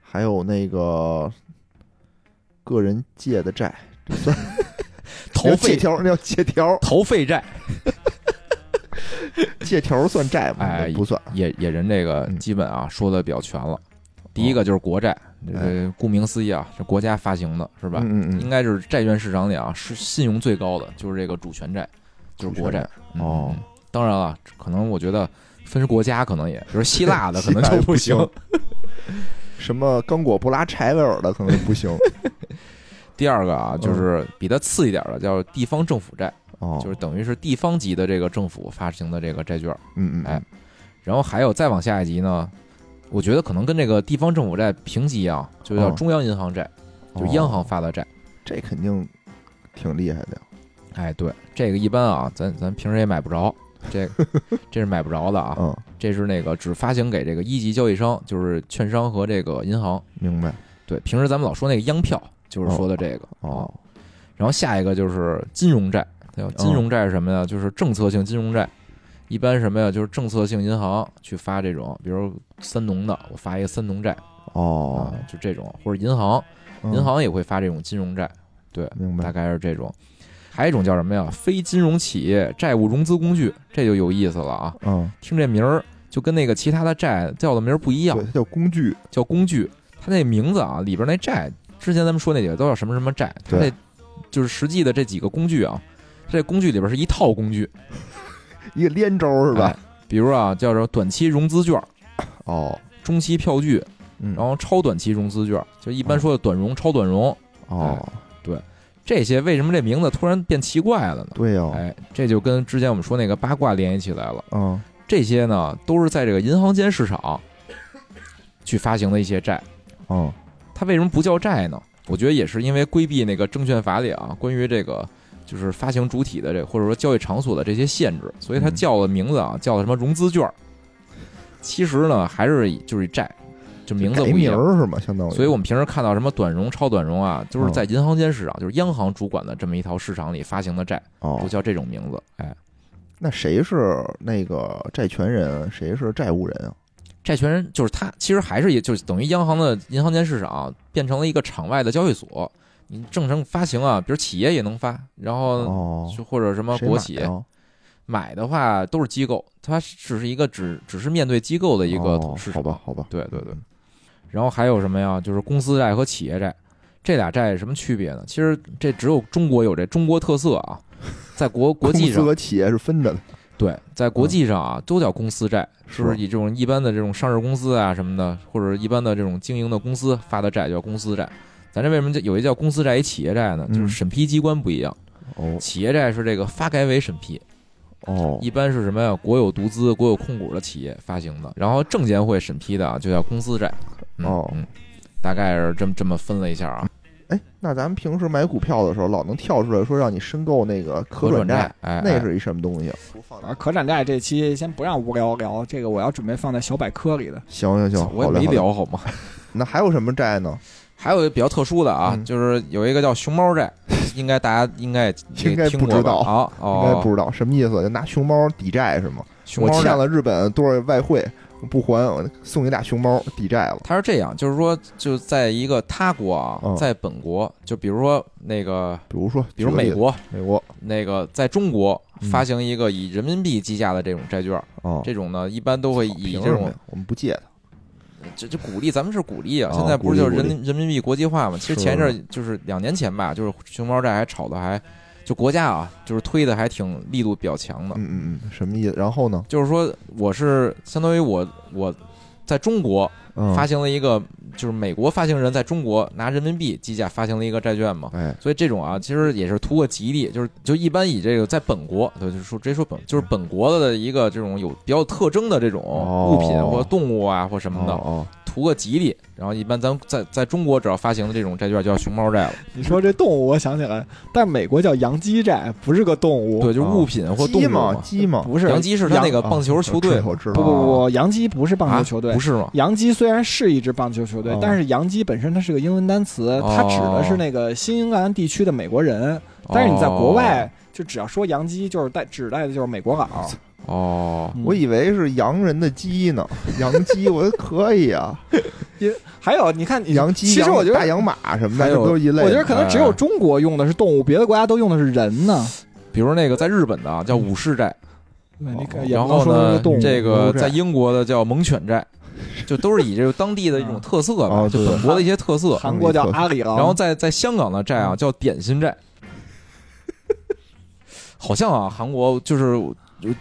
Speaker 1: 还有那个个人借的债，这算
Speaker 2: 头
Speaker 1: 借
Speaker 2: 费
Speaker 1: 条，那叫借条，
Speaker 2: 头费债，
Speaker 1: 借条算债吗？
Speaker 2: 哎
Speaker 1: 不算。
Speaker 2: 野野人这个
Speaker 1: 嗯
Speaker 2: 基本啊说的比较全了。第一个就是国债，这个顾名思义啊，是国家发行的，是吧？
Speaker 1: 哦哎嗯嗯嗯，
Speaker 2: 应该是债券市场里啊是信用最高的，就是这个主权债，就是国债
Speaker 1: 主。
Speaker 2: 嗯
Speaker 1: 哦，
Speaker 2: 嗯当然了，可能我觉得分国家可能也，比如希 腊的可
Speaker 1: 希腊
Speaker 2: 能就不
Speaker 1: 也
Speaker 2: 行
Speaker 1: 不。什么刚果布拉柴维尔的可能不 行
Speaker 2: 第二个
Speaker 1: 嗯
Speaker 2: 啊，就是比它次一点的叫地方政府债，
Speaker 1: 哦，
Speaker 2: 就是等于是地方级的这个政府发行的这个债券。
Speaker 1: 嗯嗯，
Speaker 2: 哎，然后还有再往下一级呢，我觉得可能跟这个地方政府债平级啊，就叫
Speaker 1: 哦
Speaker 2: 中央银行债，就央行发的债。
Speaker 1: 这肯定挺厉害的呀。
Speaker 2: 哎，对，这个一般啊，咱咱平时也买不着，这 个这是买不着的啊，
Speaker 1: 嗯，
Speaker 2: 这是那个只发行给这个一级交易商，就是券商和这个银行。
Speaker 1: 明白。
Speaker 2: 对，平时咱们老说那个央票，就是说的这个啊
Speaker 1: 哦，
Speaker 2: 然后下一个就是金融债，对吧？金融债是什么呀？就是政策性金融债，一般什么呀？就是政策性银行去发这种，比如三农的，我发一个三农债啊
Speaker 1: 哦，，
Speaker 2: 就这种，或者银行，
Speaker 1: 嗯
Speaker 2: 银行也会发这种金融债，对，
Speaker 1: 明
Speaker 2: 大
Speaker 1: 白。
Speaker 2: 概是这种。还有一种叫什么呀？非金融企业债务融资工具，这就有意思了啊！
Speaker 1: 嗯，
Speaker 2: 听这名儿就跟那个其他的债叫的名儿不一样
Speaker 1: 对，，它叫工具。
Speaker 2: 叫工具。它那名字啊，里边那债，之前咱们说那几个都叫什么什么债，它
Speaker 1: 对
Speaker 2: 这就是实际的这几个工具啊，它这工具里边是一套工具，
Speaker 1: 一个连轴是吧
Speaker 2: 哎？比如啊，叫做短期融资券、
Speaker 1: 哦，
Speaker 2: 中期票据，
Speaker 1: 嗯，
Speaker 2: 然后超短期融资券，就一般说的短融、超短融
Speaker 1: 哦，
Speaker 2: 哎这些，为什么这名字突然变奇怪了呢？
Speaker 1: 对哦，
Speaker 2: 哎，这就跟之前我们说那个八卦联系起来了。
Speaker 1: 嗯，
Speaker 2: 这些呢，都是在这个银行间市场去发行的一些债。
Speaker 1: 哦，
Speaker 2: 它为什么不叫债呢？我觉得也是因为规避那个证券法里啊，关于这个就是发行主体的这或者说交易场所的这些限制，所以它
Speaker 1: 嗯
Speaker 2: 叫的名字啊，叫的什么融资券儿。其实呢，还是以就是以债，就名字
Speaker 1: 改
Speaker 2: 不一
Speaker 1: 名
Speaker 2: 样。
Speaker 1: 儿是吗？相当于，
Speaker 2: 所以我们平时看到什么短融、超短融啊，就是
Speaker 1: 哦
Speaker 2: 在银行间市场，就是央行主管的这么一套市场里发行的债，
Speaker 1: 哦
Speaker 2: 都，叫这种名字。哎，
Speaker 1: 那谁是那个债权人，谁是债务人啊？
Speaker 2: 债权人就是他，其实还是也就是等于央行的银行间市场变成了一个场外的交易所，你正常发行啊，比如企业也能发，然后
Speaker 1: 哦，
Speaker 2: 就或者什么
Speaker 1: 谁
Speaker 2: 国
Speaker 1: 买
Speaker 2: 企
Speaker 1: 啊
Speaker 2: 买的话都是机构，它只是一个只只是面对机构的一个
Speaker 1: 哦
Speaker 2: 市
Speaker 1: 好
Speaker 2: 场，
Speaker 1: 吧，好吧，嗯
Speaker 2: 对对对。然后还有什么呀？就是公司债和企业债，这俩债有什么区别呢？其实这只有中国有这中国特色啊，在国国际
Speaker 1: 公司
Speaker 2: 上
Speaker 1: 和企业是分着的，
Speaker 2: 对，在国际上啊都叫公司债，
Speaker 1: 是
Speaker 2: 就是以这种一般的这种上市公司啊什么的，或者一般的这种经营的公司发的债叫公司债。咱这为什么就有一叫公司债，一企业债呢？
Speaker 1: 嗯
Speaker 2: 就是审批机关不一样，
Speaker 1: 哦
Speaker 2: 企业债是这个发改委审批，
Speaker 1: 哦
Speaker 2: 一般是什么呀？国有独资、国有控股的企业发行的，然后证监会审批的啊，就叫公司债。嗯、
Speaker 1: 哦
Speaker 2: 嗯，大概是这么这么分了一下啊。
Speaker 1: 哎，那咱们平时买股票的时候，老能跳出来说让你申购那个可
Speaker 2: 转
Speaker 1: 转债，，
Speaker 2: 哎，
Speaker 1: 那
Speaker 2: 哎
Speaker 1: 是一什么东西啊？
Speaker 3: 啊，可展债这期先不让无聊聊，这个我要准备放在小百科里的。
Speaker 1: 行行行，
Speaker 2: 我也
Speaker 1: 好嘞
Speaker 2: 没。
Speaker 1: 好嘞
Speaker 2: 聊好吗？
Speaker 1: 那还有什么债呢？
Speaker 2: 还有一个比较特殊的啊，
Speaker 1: 嗯
Speaker 2: 就是有一个叫熊 猫债，应该大家应该也
Speaker 1: 应该
Speaker 2: 也听过吧
Speaker 1: 不知道
Speaker 2: 啊，
Speaker 1: 应该
Speaker 2: 哦，
Speaker 1: 不知道什么意思，就拿熊猫抵债是吗？
Speaker 2: 熊
Speaker 1: 我
Speaker 2: 猫
Speaker 1: 欠
Speaker 2: 债。
Speaker 1: 了日本多少外汇我不还，我送你俩熊猫抵债了。
Speaker 2: 它是这样，就是说，就在一个他国啊，
Speaker 1: 嗯
Speaker 2: 在本国，就比如说那个，
Speaker 1: 比如说，
Speaker 2: 比如美
Speaker 1: 举个例
Speaker 2: 国，
Speaker 1: 子，美国
Speaker 2: 那个在中国
Speaker 1: 嗯
Speaker 2: 发行一个以人民币计价的这种债券，
Speaker 1: 哦，
Speaker 2: 这种呢，一般都会以
Speaker 1: 凭
Speaker 2: 这
Speaker 1: 什么
Speaker 2: 种
Speaker 1: 呀我们不借他？
Speaker 2: 这这鼓励，咱们是鼓励啊！
Speaker 1: 哦
Speaker 2: 现在不是就是
Speaker 1: 鼓
Speaker 2: 人
Speaker 1: 励
Speaker 2: 民人民币国际化嘛？其实
Speaker 1: 是
Speaker 2: 前一阵儿就是两年前吧，就是熊猫债还炒的还，就国家啊，就是推的还挺力度比较强的。
Speaker 1: 嗯嗯嗯，什么意思？然后呢？
Speaker 2: 就是说，我是相当于我我在中国
Speaker 1: 嗯
Speaker 2: 发，行了一个，就是美国发行人在中国拿人民币计价发行了一个债券嘛。
Speaker 1: 哎，
Speaker 2: 所以这种啊，其实也是图个吉利，就是就一般以这个在本国，对，就是说直接说本就是本国的一个这种有比较有特征的这种
Speaker 1: 哦
Speaker 2: 物品或动物啊或什么的，
Speaker 1: 哦
Speaker 2: 图个吉利。然后一般咱在在中国只要发行的这种债券就叫熊猫债了，
Speaker 3: 你说这动物，我想起来，但美国叫洋基债，不是个动物，
Speaker 2: 对，就是物品
Speaker 1: 哦，
Speaker 2: 或动
Speaker 1: 鸡
Speaker 2: 物
Speaker 1: 嘛
Speaker 2: 嘛。
Speaker 1: 鸡嘛，
Speaker 3: 不是
Speaker 2: 洋基是他那个棒球球队
Speaker 1: 啊我知道，
Speaker 3: 不
Speaker 1: 我知道
Speaker 3: 不不，洋基不是棒球球队
Speaker 2: 啊不，是吗？
Speaker 3: 洋基虽然是一支棒球球队
Speaker 1: 哦，
Speaker 3: 但是洋基本身它是个英文单词，
Speaker 2: 哦
Speaker 3: 它指的是那个新英格兰地区的美国人。但是你在国外，就只要说洋基，就是代指代的就是美国佬。
Speaker 2: 哦，哦，
Speaker 3: 嗯
Speaker 1: 我以为是洋人的鸡呢，洋鸡我觉得可以啊，
Speaker 3: 还有你看，你
Speaker 1: 洋鸡、
Speaker 3: 其实
Speaker 1: 洋
Speaker 3: 我觉
Speaker 1: 大
Speaker 3: 得，
Speaker 1: 洋马什么的，
Speaker 2: 还
Speaker 1: 这
Speaker 2: 有
Speaker 1: 不都是一类的？嗯
Speaker 3: 我觉得可能只有
Speaker 2: 哎
Speaker 3: 中国用的是动物，别的国家都用的是人呢。
Speaker 2: 比如那个在日本的啊叫武士寨，
Speaker 3: 对，你可
Speaker 1: 哦
Speaker 3: 也
Speaker 2: 然
Speaker 3: 不能
Speaker 2: 后
Speaker 3: 说是
Speaker 2: 呢
Speaker 3: 动物，
Speaker 2: 这
Speaker 1: 武士
Speaker 2: 个
Speaker 1: 寨
Speaker 2: 在英国的叫蒙犬寨，就都是以这个当地的一种特色吧，
Speaker 1: 哦
Speaker 2: 就
Speaker 1: 对
Speaker 2: 本国的一些特色。
Speaker 3: 韩国叫阿里郎，
Speaker 2: 然后在在香港的寨啊叫点心寨，好像啊韩国就是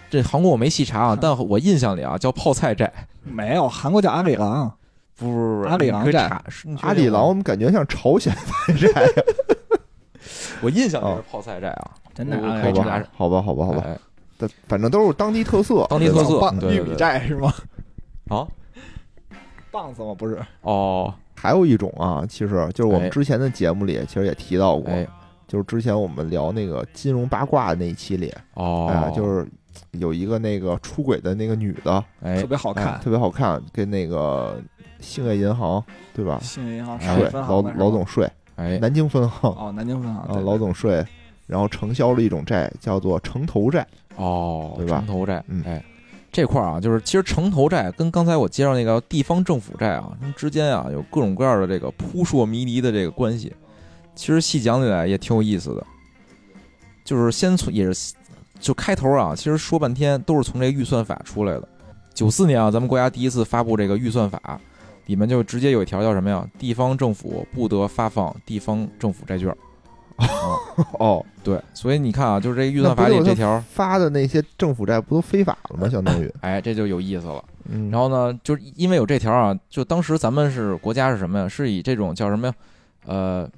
Speaker 2: 这韩国我没细查啊，但我印象里啊叫泡菜寨，
Speaker 3: 没有韩国叫阿里郎，
Speaker 2: 不不不，
Speaker 3: 阿里郎
Speaker 2: 你可以
Speaker 3: 寨
Speaker 2: 查，是你确定
Speaker 1: 阿里郎，我
Speaker 2: 吗，
Speaker 1: 们感觉像朝鲜 饭寨啊，
Speaker 2: 我印象里是泡菜寨啊，
Speaker 3: 真的
Speaker 2: 我
Speaker 3: 阿里
Speaker 2: 可
Speaker 1: 好
Speaker 2: 以
Speaker 3: 郎
Speaker 2: 查
Speaker 1: 哦吧好吧，
Speaker 2: 查，
Speaker 1: 好吧，好吧，
Speaker 2: 哎
Speaker 1: 但反正都是当地特色，
Speaker 2: 当地特色
Speaker 1: 对吧
Speaker 2: 对对
Speaker 3: 棒玉
Speaker 2: 对
Speaker 3: 米寨是吗？
Speaker 2: 啊
Speaker 3: 棒子吗？不是，
Speaker 2: 哦，
Speaker 1: 还有一种啊，其实就是我们
Speaker 2: 哎
Speaker 1: 之前的节目里其实也提到过，
Speaker 2: 哎
Speaker 1: 就是之前我们聊那个金融八卦那一期里，哎
Speaker 2: 哦，，
Speaker 1: 就是有一个那个出轨的那个女的，
Speaker 2: 哎
Speaker 3: 特别好
Speaker 1: 哎
Speaker 3: 看，。
Speaker 1: 特别好看，跟那个兴业银行对吧？
Speaker 3: 信用银行
Speaker 2: 哎
Speaker 3: 上
Speaker 1: 税
Speaker 3: 海分
Speaker 1: 老
Speaker 3: 行的是吧
Speaker 1: 老总税，
Speaker 2: 哎
Speaker 1: 南京分行
Speaker 3: 哦，南京分行
Speaker 1: 啊，
Speaker 3: 对
Speaker 1: 老总税，然后承销了一种债，叫做城投债。
Speaker 2: 哦，
Speaker 1: 对吧
Speaker 2: 城投债，
Speaker 1: 嗯
Speaker 2: 哎，这块儿啊，就是其实城投债跟刚才我介绍那个地方政府债啊，它们之间啊有各种各样的这个扑朔迷离的这个关系，其实细讲起来也挺有意思的。就是先从也是就开头啊，其实说半天都是从这个预算法出来的。九四年啊，咱们国家第一次发布这个预算法，里面就直接有一条叫什么呀？地方政府不得发放地方政府债券。
Speaker 1: 哦，
Speaker 2: 对，所以你看啊，就是这个预算法
Speaker 1: 那不
Speaker 2: 里
Speaker 1: 就是
Speaker 2: 这条，
Speaker 1: 发的那些政府债不都非法了吗？相 当于，
Speaker 2: 哎，这就有意思了。
Speaker 1: 嗯，
Speaker 2: 然后呢，就是因为有这条啊，就当时咱们是国家是什么呀？是以这种叫什么呀？呃，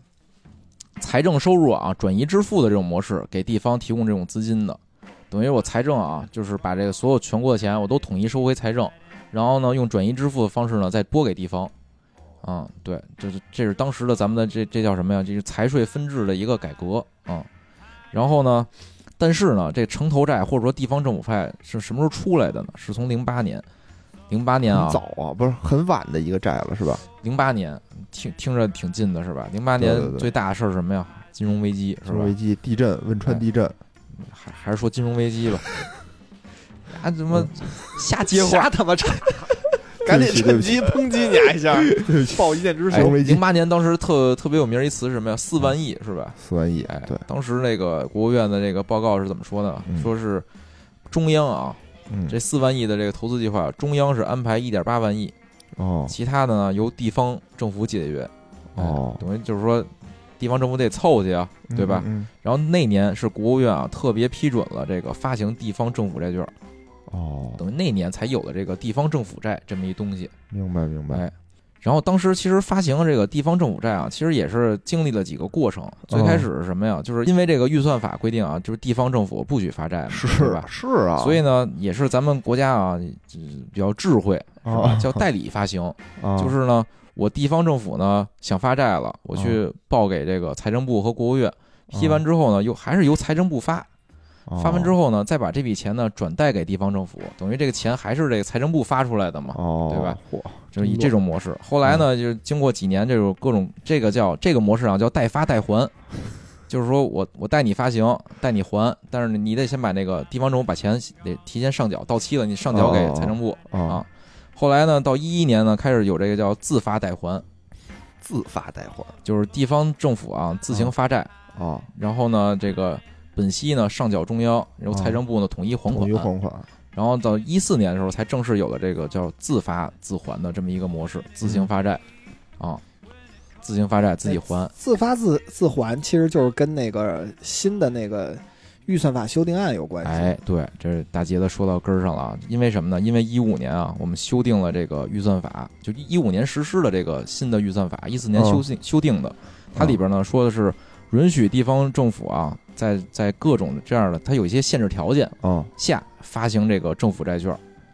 Speaker 2: 财政收入啊转移支付的这种模式，给地方提供这种资金的，等于我财政啊，就是把这个所有全国的钱我都统一收回财政，然后呢，用转移支付的方式呢再拨给地方。嗯，对，这是这是当时的咱们的这这叫什么呀？这是财税分制的一个改革嗯。然后呢，但是呢，这城投债或者说地方政府债是什么时候出来的呢？是从零八年，零八年啊，
Speaker 1: 很早啊，不是很晚的一个债了，是吧？
Speaker 2: 零八年听听着挺近的是吧？零八
Speaker 1: 对
Speaker 2: 年
Speaker 1: 对对
Speaker 2: 最大的事儿是什么呀？金融危机是
Speaker 1: 金
Speaker 2: 吧哎
Speaker 1: 融？危机、地震、汶川地震，
Speaker 2: 还还是说金融危机吧？啊，怎么
Speaker 1: 嗯
Speaker 2: 瞎接话？
Speaker 3: 瞎他妈查，
Speaker 1: 对
Speaker 3: 赶
Speaker 1: 不
Speaker 3: 紧
Speaker 1: 起
Speaker 3: 趁机抨击你啊一下，
Speaker 1: 对不起，哎
Speaker 3: 报一箭之
Speaker 1: 金
Speaker 3: 仇。
Speaker 1: 融危机
Speaker 2: 哎零八年当时特特别有名儿一词是什么呀？四万亿是吧？
Speaker 1: 四万亿
Speaker 2: 哎，，
Speaker 1: 对，
Speaker 2: 当时那个国务院的这个报告是怎么说的
Speaker 1: 嗯？
Speaker 2: 说是中央啊，
Speaker 1: 嗯，
Speaker 2: 这四万亿的这个投资计划，中央是安排一点八万亿，
Speaker 1: 哦，
Speaker 2: 其他的呢由地方政府解决。哎
Speaker 1: 哦
Speaker 2: 等于就是说，地方政府得凑去啊，对吧？
Speaker 1: 嗯？嗯
Speaker 2: 然后那年是国务院啊特别批准了这个发行地方政府债券，
Speaker 1: 哦，
Speaker 2: 等于那年才有了这个地方政府债这么一东西。
Speaker 1: 明白明白，
Speaker 2: 哎，然后当时其实发行这个地方政府债啊，其实也是经历了几个过程。
Speaker 1: 嗯
Speaker 2: 最开始是什么呀？就是因为这个预算法规定啊，就是地方政府不许发债嘛，
Speaker 1: 是
Speaker 2: 哎对吧？
Speaker 1: 是啊，
Speaker 2: 所以呢，也是咱们国家啊呃比较智慧，是吧
Speaker 1: 啊？
Speaker 2: 叫代理发行，
Speaker 1: 啊
Speaker 2: 就是呢，我地方政府呢想发债了，我
Speaker 1: 啊
Speaker 2: 去报给这个财政部和国务院，批完之后呢，又还是由财政部发，发完之
Speaker 1: 后，
Speaker 2: 后呢，再把这笔钱呢转贷给地方政府，等于这个钱还是这个财政部发出来的嘛，
Speaker 1: 哦，
Speaker 2: 对吧
Speaker 1: 嚯？
Speaker 2: 就是以这种模式。后来
Speaker 1: 嗯
Speaker 2: 呢，就是经过几年这种各种这个叫这个模式啊，叫代发代还，就是说我我带你发行，带你还，但是你得先把那个地方政府把钱得提前上缴，到期了你上缴给财政部。
Speaker 1: 啊
Speaker 2: 啊，后来呢，到一一年呢，开始有这个叫自发代还，
Speaker 1: 自发贷款
Speaker 2: 就是地方政府啊自行发债，
Speaker 1: 啊，
Speaker 2: 然后呢，这个本息呢上缴中央，由财政部呢统一还
Speaker 1: 统
Speaker 2: 款
Speaker 1: 一。还款，
Speaker 2: 然后到一四年的时候，才正式有了这个叫自发自还的这么一个模式，自行发债，啊，自行发债自己还，
Speaker 3: 自发自自还，其实就是跟那个新的那个预算法修订案有关系。
Speaker 2: 哎，对，这是大杰子说到根儿上了啊。因为什么呢？因为一五年啊，我们修订了这个预算法，就一五年实施的这个新的预算法，一四年
Speaker 1: 嗯
Speaker 2: 修订、修订的。它里边呢说的是允许地方政府啊，在在各种这样的，它有一些限制条件
Speaker 1: 啊
Speaker 2: 下发行这个政府债券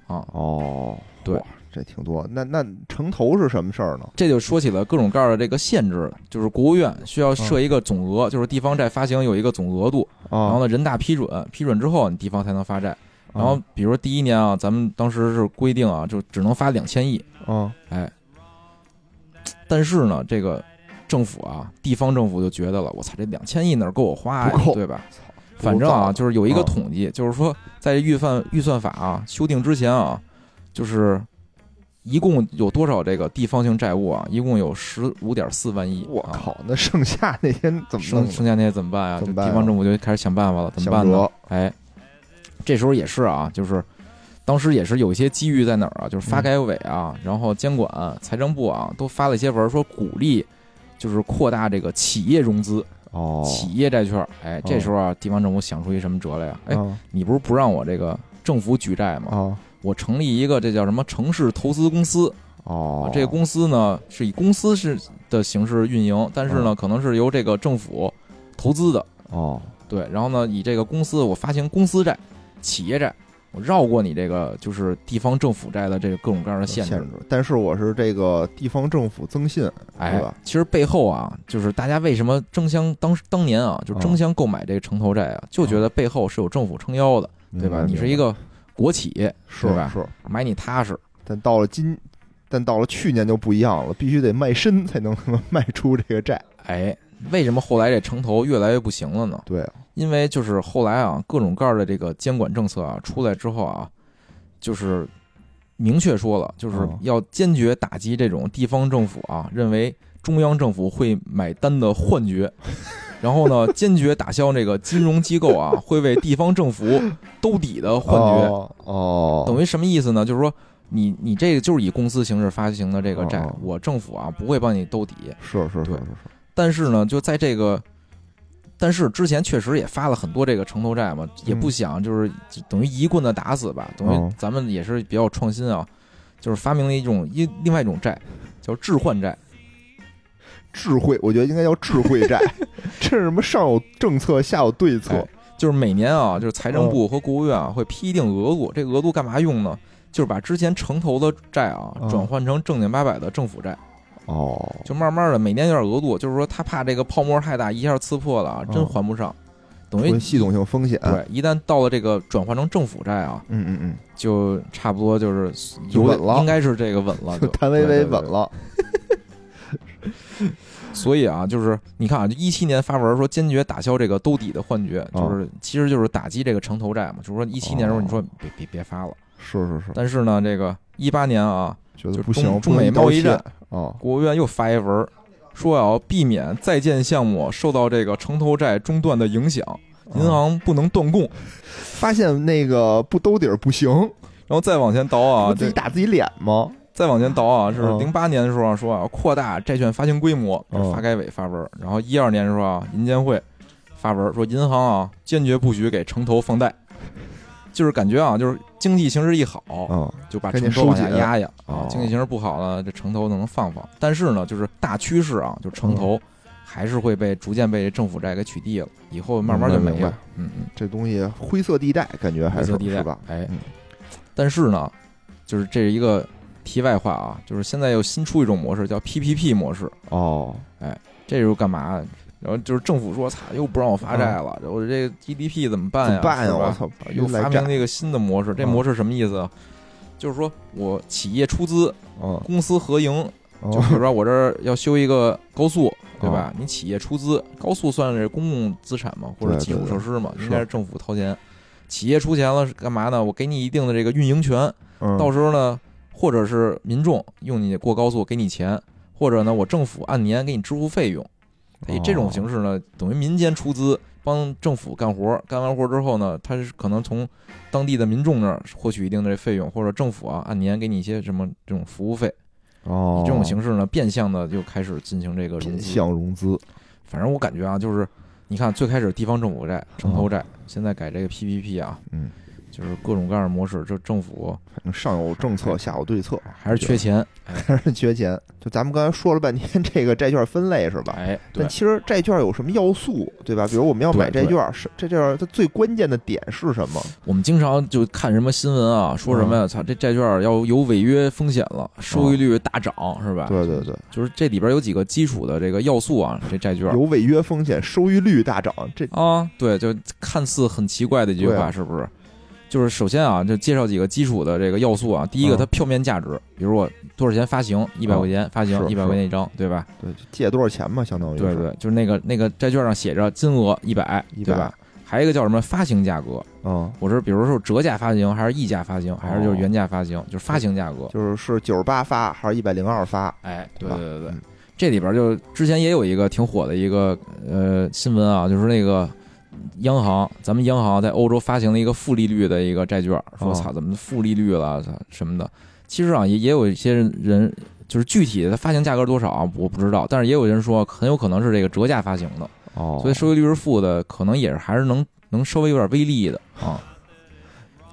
Speaker 2: 啊。
Speaker 1: 哦，
Speaker 2: 对
Speaker 1: 哇，这挺多。那那城投是什么事儿呢？
Speaker 2: 这就说起了各种各样的这个限制，就是国务院需要
Speaker 1: 嗯
Speaker 2: 设一个总额，就是地方债发行有一个总额度，然后
Speaker 1: 啊，
Speaker 2: 呢人大批准，批准之后你地方才能发债。然
Speaker 1: 嗯
Speaker 2: 后比如说第一年啊，咱们当时是规定啊，就只能发两千亿，
Speaker 1: 啊，
Speaker 2: 哎，但是呢，这个政府啊，地方政府就觉得了，我操，这两千亿哪儿够我花呀
Speaker 1: 不，够
Speaker 2: 对吧？反正
Speaker 1: 我
Speaker 2: 啊，
Speaker 1: 操
Speaker 2: 就是有一个
Speaker 1: 啊
Speaker 2: 统计，就是说在这预算预算法啊修订之前啊，就是一共有多少这个地方性债务啊？一共有十五点四万亿。
Speaker 1: 我
Speaker 2: 啊！
Speaker 1: 靠，那剩下那些怎么弄
Speaker 2: 剩
Speaker 1: 呢？
Speaker 2: 剩下那些怎么办啊？
Speaker 1: 怎
Speaker 2: 就
Speaker 1: 么办啊
Speaker 2: 地方政府就开始想办法了，怎么
Speaker 1: 想
Speaker 2: 办呢
Speaker 1: 辙？
Speaker 2: 哎，这时候也是啊，就是当时也是有一些机遇在哪儿啊，
Speaker 1: 嗯
Speaker 2: 就是发改委啊，然后监管、财政部啊，都发了一些文儿说鼓励，就是扩大这个企业融资、
Speaker 1: 哦，
Speaker 2: 企业债券。哎，这
Speaker 1: 哦
Speaker 2: 时候啊，地方政府想出一什么辙来呀、哎，
Speaker 1: 啊
Speaker 2: 你不是不让我这个政府举债吗？
Speaker 1: 啊
Speaker 2: 我成立一个这叫什么城市投资公司，
Speaker 1: 哦
Speaker 2: 啊，，这个公司呢是以公司是的形式运营，但是呢，可能是由这个政府投资的，
Speaker 1: 哦
Speaker 2: 对，然后呢，以这个公司我发行公司债、企业债，我绕过你这个就是地方政府债的这个各种各样的限制，
Speaker 1: 呃制，但是我是这个地方政府增信，
Speaker 2: 哎
Speaker 1: 是吧？，
Speaker 2: 其实背后啊，就是大家为什么争相当时当年啊，就
Speaker 1: 啊
Speaker 2: 争相购买这个城投债啊，就觉得背后是有政府撑腰的，对吧？
Speaker 1: 嗯明白
Speaker 2: 你是一个国企，
Speaker 1: 是
Speaker 2: 对吧
Speaker 1: 是，
Speaker 2: 买你踏实。
Speaker 1: 但到了今，但到了去年就不一样了，必须得卖身才能 他妈卖出这个债。
Speaker 2: 哎，为什么后来这城投越来越不行了呢？
Speaker 1: 对，
Speaker 2: 因为就是后来啊，各种各样的这个监管政策啊出来之后啊，就是明确说了，就是
Speaker 1: 哦
Speaker 2: 要坚决打击这种地方政府啊认为中央政府会买单的幻觉，然后呢，坚决打消这个金融机构啊会为地方政府兜底的幻觉。
Speaker 1: 哦哦，
Speaker 2: 等于什么意思呢？就是说。你你这个就是以公司形式发行的这个债
Speaker 1: 哦，
Speaker 2: 我政府啊不会帮你兜底，
Speaker 1: 是是是
Speaker 2: 对
Speaker 1: 是是，
Speaker 2: 但是呢，就在这个，但是之前确实也发了很多这个城投债
Speaker 1: 嗯
Speaker 2: 嘛，也不想就是就等于一棍子打死吧，等
Speaker 1: 哦
Speaker 2: 于咱们也是比较创新啊，就是发明了一种一另外一种债，叫置换债。
Speaker 1: 智慧，我觉得应该叫智慧债， 这是什么上有政策，下有对策
Speaker 2: 哎就是每年啊，就是财政
Speaker 1: 哦
Speaker 2: 部和国务院啊会批定额度，这额度干嘛用呢？就是把之前城投的债啊
Speaker 1: 哦
Speaker 2: 转换成正经八百的政府债，
Speaker 1: 哦。
Speaker 2: 就慢慢的每年有点额度，就是说他怕这个泡沫太大，一下刺破了啊，真
Speaker 1: 哦
Speaker 2: 还不上，等
Speaker 1: 出
Speaker 2: 于
Speaker 1: 现系统性风险，
Speaker 2: 对，一旦到了这个转换成政府债啊，
Speaker 1: 嗯嗯
Speaker 2: 就差不多就是
Speaker 1: 就
Speaker 2: 有
Speaker 1: 稳了
Speaker 2: 应该是这个稳了，
Speaker 1: 嗯，
Speaker 2: 就
Speaker 1: 就谭维维稳。
Speaker 2: 啊对对对
Speaker 1: 了，
Speaker 2: 所以啊，就是你看啊，就一七年发文说坚决打消这个兜底的幻觉，
Speaker 1: 哦
Speaker 2: 就是其实就是打击这个城投债嘛，就是说一七年的时候你说别别别发了，
Speaker 1: 是是是，
Speaker 2: 但是呢，这个一八年啊，
Speaker 1: 觉得
Speaker 2: 就
Speaker 1: 不
Speaker 2: 中
Speaker 1: 行，不
Speaker 2: 中
Speaker 1: 能
Speaker 2: 美
Speaker 1: 一刀
Speaker 2: 贸易
Speaker 1: 切
Speaker 2: 战
Speaker 1: 哦，
Speaker 2: 国务院又发一文说要避免在建项目受到这个城投债中断的影响，银
Speaker 1: 哦
Speaker 2: 行不能断供，
Speaker 1: 发现那个不兜底儿不行，
Speaker 2: 然后再往前倒
Speaker 1: 不
Speaker 2: 啊，
Speaker 1: 自
Speaker 2: 这
Speaker 1: 己打自己脸吗？
Speaker 2: 再往前倒啊，是
Speaker 1: 嗯
Speaker 2: 零八年的时候啊，说啊扩大债券发行规模，这
Speaker 1: 嗯
Speaker 2: 是发改委发文儿；然后一二年的时候啊，银监会发文儿说银行啊坚决不许给城投放贷，就是感觉啊，就是经济形势一好，
Speaker 1: 嗯，
Speaker 2: 就把
Speaker 1: 赶
Speaker 2: 城
Speaker 1: 紧
Speaker 2: 投往
Speaker 1: 收
Speaker 2: 下
Speaker 1: 紧
Speaker 2: 压压
Speaker 1: 哦
Speaker 2: 啊；经济形势不好呢，这城投能放放。但是呢，就是大趋势啊，就城投还是会被逐渐被政府债给取缔了，以后慢慢就
Speaker 1: 明白
Speaker 2: 没
Speaker 1: 明白
Speaker 2: 了。嗯嗯，
Speaker 1: 这东西灰色地带，感觉还
Speaker 2: 灰
Speaker 1: 是
Speaker 2: 色地带
Speaker 1: 是吧？
Speaker 2: 哎
Speaker 1: 嗯，
Speaker 2: 但是呢，就是这是一个题外话啊，就是现在又新出一种模式叫 PPP 模式。
Speaker 1: 哦，
Speaker 2: 这时候干嘛？然后就是政府说：“操，又不让我发债了，我这 GDP 怎么办
Speaker 1: 嗯怎
Speaker 2: 哎呀？
Speaker 1: 么办
Speaker 2: 是
Speaker 1: 呀？
Speaker 2: 吧
Speaker 1: 我操，
Speaker 2: 又
Speaker 1: 来
Speaker 2: 发
Speaker 1: 债
Speaker 2: 明了一个新的模式，这
Speaker 1: 嗯
Speaker 2: 模式什么意思啊？就是说我企业出资，
Speaker 1: 嗯，
Speaker 2: 公司合营，
Speaker 1: 哦
Speaker 2: 就比如说我这儿要修一个高速，对吧？你企业出资，高速算是公共资产嘛，或者
Speaker 1: 对
Speaker 2: 基
Speaker 1: 对
Speaker 2: 础
Speaker 1: 对
Speaker 2: 设施嘛，
Speaker 1: 是
Speaker 2: 应该是政府掏钱。企业出钱了是干嘛呢？我给你一定的这个运营权，
Speaker 1: 嗯
Speaker 2: 到时候呢，或者是民众用你过高速给你钱，或者呢，我政府按年给你支付费用。以这
Speaker 1: 哦
Speaker 2: 种形式呢，等于民间出资帮政府干活，干完活之后呢，他是可能从当地的民众那儿获取一定的这费用，或者政府啊按年给你一些什么这种服务费。
Speaker 1: 哦
Speaker 2: 以，这种形式呢，变相的就开始进行这个融
Speaker 1: 变
Speaker 2: 资。
Speaker 1: 相融资，
Speaker 2: 反正我感觉啊，就是你看最开始地方政府债、城投债，现在改这个 PPP 啊，
Speaker 1: 哦嗯，
Speaker 2: 就是各种各样的模式，这政府
Speaker 1: 反正上有政策，下有对策，
Speaker 2: 还是缺钱。哎
Speaker 1: 还是缺钱。就咱们刚才说了半天 这个债券分类是吧？
Speaker 2: 哎，对
Speaker 1: 但。其实债券有什么要素，对吧？比如我们要买
Speaker 2: 对
Speaker 1: 债
Speaker 2: 对
Speaker 1: 券，是这债券它最关键的点是什么？
Speaker 2: 我们经常就看什么新闻啊，说什么
Speaker 1: 嗯
Speaker 2: 呀？操，这债券要有违约风险了，收益率大涨，是吧？
Speaker 1: 哦对对对，
Speaker 2: 啊就是这里边有几个基础的这个要素啊，这债券
Speaker 1: 有违约风险，收益率大涨，这
Speaker 2: 啊，对，就看似很奇怪的一句
Speaker 1: 对
Speaker 2: 话，
Speaker 1: 啊
Speaker 2: 是不是？就是首先啊，就介绍几个基础的这个要素啊。第一个，
Speaker 1: 嗯
Speaker 2: 它票面价值，比如我多少钱发行，一百
Speaker 1: 嗯
Speaker 2: 块钱发行，
Speaker 1: 是
Speaker 2: 一百
Speaker 1: 是
Speaker 2: 块钱一张，对吧？
Speaker 1: 对借多少钱嘛，相当于
Speaker 2: 对
Speaker 1: 是
Speaker 2: 对，就是那个那个债券上写着金额一百，
Speaker 1: 100
Speaker 2: 对吧？还有一个叫什么发行价格，
Speaker 1: 嗯，
Speaker 2: 我是比如说折价发行，还是溢价发行，还是就是原价发行，就是发行价格。
Speaker 1: 就是是九十八发还是一百零二发？
Speaker 2: 哎，
Speaker 1: 对
Speaker 2: 对
Speaker 1: 吧
Speaker 2: 对对对
Speaker 1: 嗯
Speaker 2: 这里边就之前也有一个挺火的一个呃新闻啊，就是那个央行，咱们央行在欧洲发行了一个负利率的一个债券，说
Speaker 1: 哦
Speaker 2: 操，怎么负利率了操什么的。其实啊，也也有一些人人就是具体的发行价格多少啊我不知道，但是也有人说很有可能是这个折价发行的，
Speaker 1: 哦
Speaker 2: 所以收益率是负的，可能也是还是能能稍微有点微利的啊。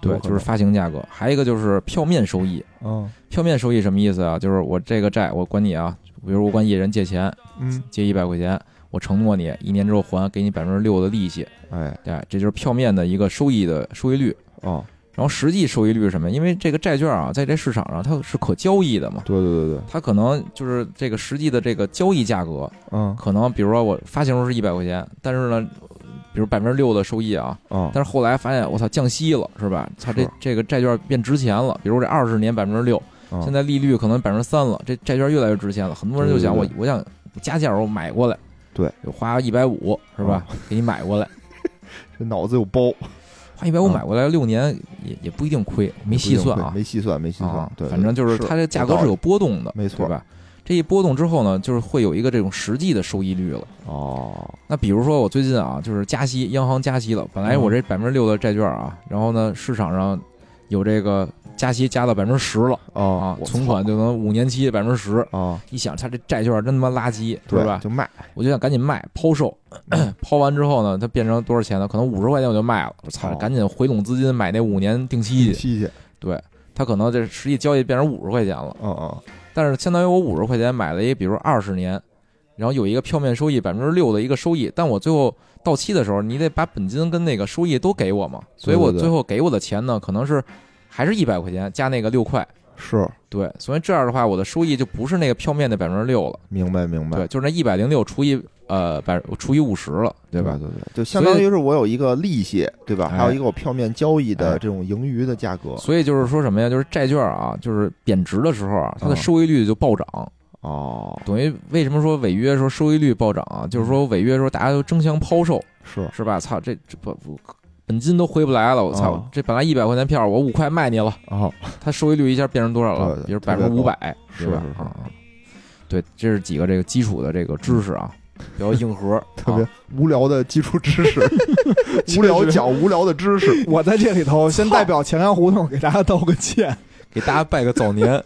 Speaker 2: 对
Speaker 1: 有，可
Speaker 2: 就
Speaker 1: 能
Speaker 2: 是发行价格，还有一个就是票面收益。
Speaker 1: 嗯
Speaker 2: 票面收益什么意思啊？就是我这个债，我管你啊，比如我管一人借钱，
Speaker 1: 嗯，
Speaker 2: 借一百块钱，我承诺你一年之后还，给你百分之六的利息，
Speaker 1: 哎
Speaker 2: 哎，这就是票面的一个收益的收益率。
Speaker 1: 哦，
Speaker 2: 然后实际收益率是什么？因为这个债券啊，在这市场上它是可交易的嘛，
Speaker 1: 对对对对，
Speaker 2: 它可能就是这个实际的这个交易价格，
Speaker 1: 嗯
Speaker 2: 可能比如说我发行时候是一百块钱，但是呢，比如百分之六的收益啊，
Speaker 1: 嗯，
Speaker 2: 但是后来发现我操降息了，是吧？它这
Speaker 1: 是
Speaker 2: 这个债券变值钱了，比如这二十年百分之六，
Speaker 1: 嗯
Speaker 2: 现在利率可能百分之三了，这债券越来越值钱了。很多人就想
Speaker 1: 对
Speaker 2: 我
Speaker 1: 对
Speaker 2: 我想加价我买过来，
Speaker 1: 对，嗯
Speaker 2: 花一百五是吧？给你买过来，
Speaker 1: 这脑子有包，
Speaker 2: 花一百五
Speaker 1: 嗯
Speaker 2: 买过来六年也也不一定亏，没细算啊
Speaker 1: 没细算，没细算
Speaker 2: 啊，，
Speaker 1: 对，
Speaker 2: 反正就是它这价格是有波动的，
Speaker 1: 没错
Speaker 2: 对吧？这一波动之后呢，就是会有一个这种实际的收益率了。
Speaker 1: 哦，
Speaker 2: 那比如说我最近啊，就是加息，央行加息了，本来我这百分之六的债券啊，然后呢市场上有这个加息加到百分之十了
Speaker 1: 哦
Speaker 2: 啊，，存款就能五年期百分之十。
Speaker 1: 啊，
Speaker 2: 一想，它这债券真他妈垃圾，
Speaker 1: 对
Speaker 2: 是吧？
Speaker 1: 就卖，
Speaker 2: 我就想赶紧卖抛售， 抛完之后呢，它变成多少钱呢？可能五十块钱我就卖嗯了，我操
Speaker 1: 哦，
Speaker 2: 赶紧回笼资金买那五年定期去。
Speaker 1: 吸去，
Speaker 2: 对，它可能这实际交易变成五十块钱了，
Speaker 1: 嗯嗯，
Speaker 2: 但是相当于我五十块钱买了一，比如说二十年，然后有一个票面收益百分之六的一个收益，但我最后到期的时候，你得把本金跟那个收益都给我嘛，所以我
Speaker 1: 对对对
Speaker 2: 最后给我的钱呢，可能是还是一百块钱加那个六块。
Speaker 1: 是
Speaker 2: 对，所以这样的话，我的收益就不是那个票面的百分之六了。
Speaker 1: 明白明白，
Speaker 2: 对，就是那一百零六除以呃百除以五十了，对吧？
Speaker 1: 对对，就相当于是我有一个利息，对吧？
Speaker 2: 哎
Speaker 1: 还有一个我票面交易的
Speaker 2: 哎
Speaker 1: 这种盈余的价格，
Speaker 2: 所以就是说什么呀？就是债券啊，就是贬值的时候啊，它的
Speaker 1: 嗯
Speaker 2: 收益率就暴涨。
Speaker 1: 哦，
Speaker 2: 等于为什么说违约的时候收益率暴涨啊？就是说违约的时候大家都争相抛售，
Speaker 1: 是
Speaker 2: 是吧？操，这这不不本金都回不来了，我操！
Speaker 1: 哦
Speaker 2: 这本来一百块钱票，我五块卖你了，
Speaker 1: 哦，
Speaker 2: 它收益率一下变成多少
Speaker 1: 对
Speaker 2: 了？
Speaker 1: 对
Speaker 2: 比如
Speaker 1: 特
Speaker 2: 百
Speaker 1: 别
Speaker 2: 分之五
Speaker 1: 高
Speaker 2: 百，
Speaker 1: 是
Speaker 2: 对吧
Speaker 1: 是是？
Speaker 2: 啊，对，这是几个这个基础的这个知识啊，比较硬核，
Speaker 1: 特
Speaker 2: 啊
Speaker 1: 别无聊的基础知识，无聊讲无聊的知识，
Speaker 3: 我在这里头先代表钱粮胡同给大家道个歉，，
Speaker 2: 给大家拜个早年。哎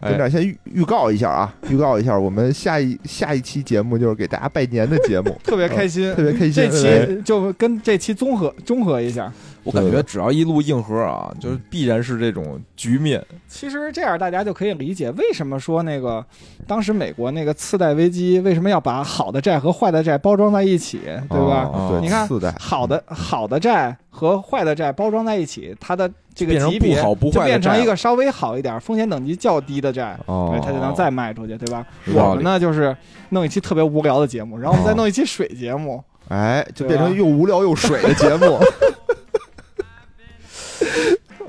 Speaker 1: 跟这儿先预预告一下啊，预告一下，我们下一下一期节目就是给大家拜年的节目
Speaker 3: 特别开心
Speaker 1: 特。别开心。哎
Speaker 3: 这
Speaker 1: 对对
Speaker 3: 期就跟这期综合综合一下，
Speaker 2: 我
Speaker 1: 对
Speaker 2: 感
Speaker 1: 对
Speaker 2: 觉只要一路硬核啊，就是必然是这种局面。
Speaker 3: 其实这样大家就可以理解为什么说那个当时美国那个次贷危机为什么要把好的债和坏的债包装在一起，对吧？
Speaker 1: 哦对，
Speaker 3: 你看
Speaker 1: 四代
Speaker 3: 好的好的债和坏的债包装在一起，它的这个
Speaker 2: 变成
Speaker 3: 级别
Speaker 2: 不好不
Speaker 3: 就
Speaker 2: 坏的
Speaker 3: 变成
Speaker 2: 债
Speaker 3: 一个稍微好一点、风险等级较低的债。
Speaker 1: 哦
Speaker 3: 对，，他就能再卖出去，对吧？
Speaker 1: 是吧
Speaker 3: 我们呢就是弄一期特别无聊的节目，然后我们再弄一期水节目，
Speaker 1: 哎，就
Speaker 3: 对
Speaker 1: 变
Speaker 3: 吧
Speaker 1: 成又无聊又水的节目。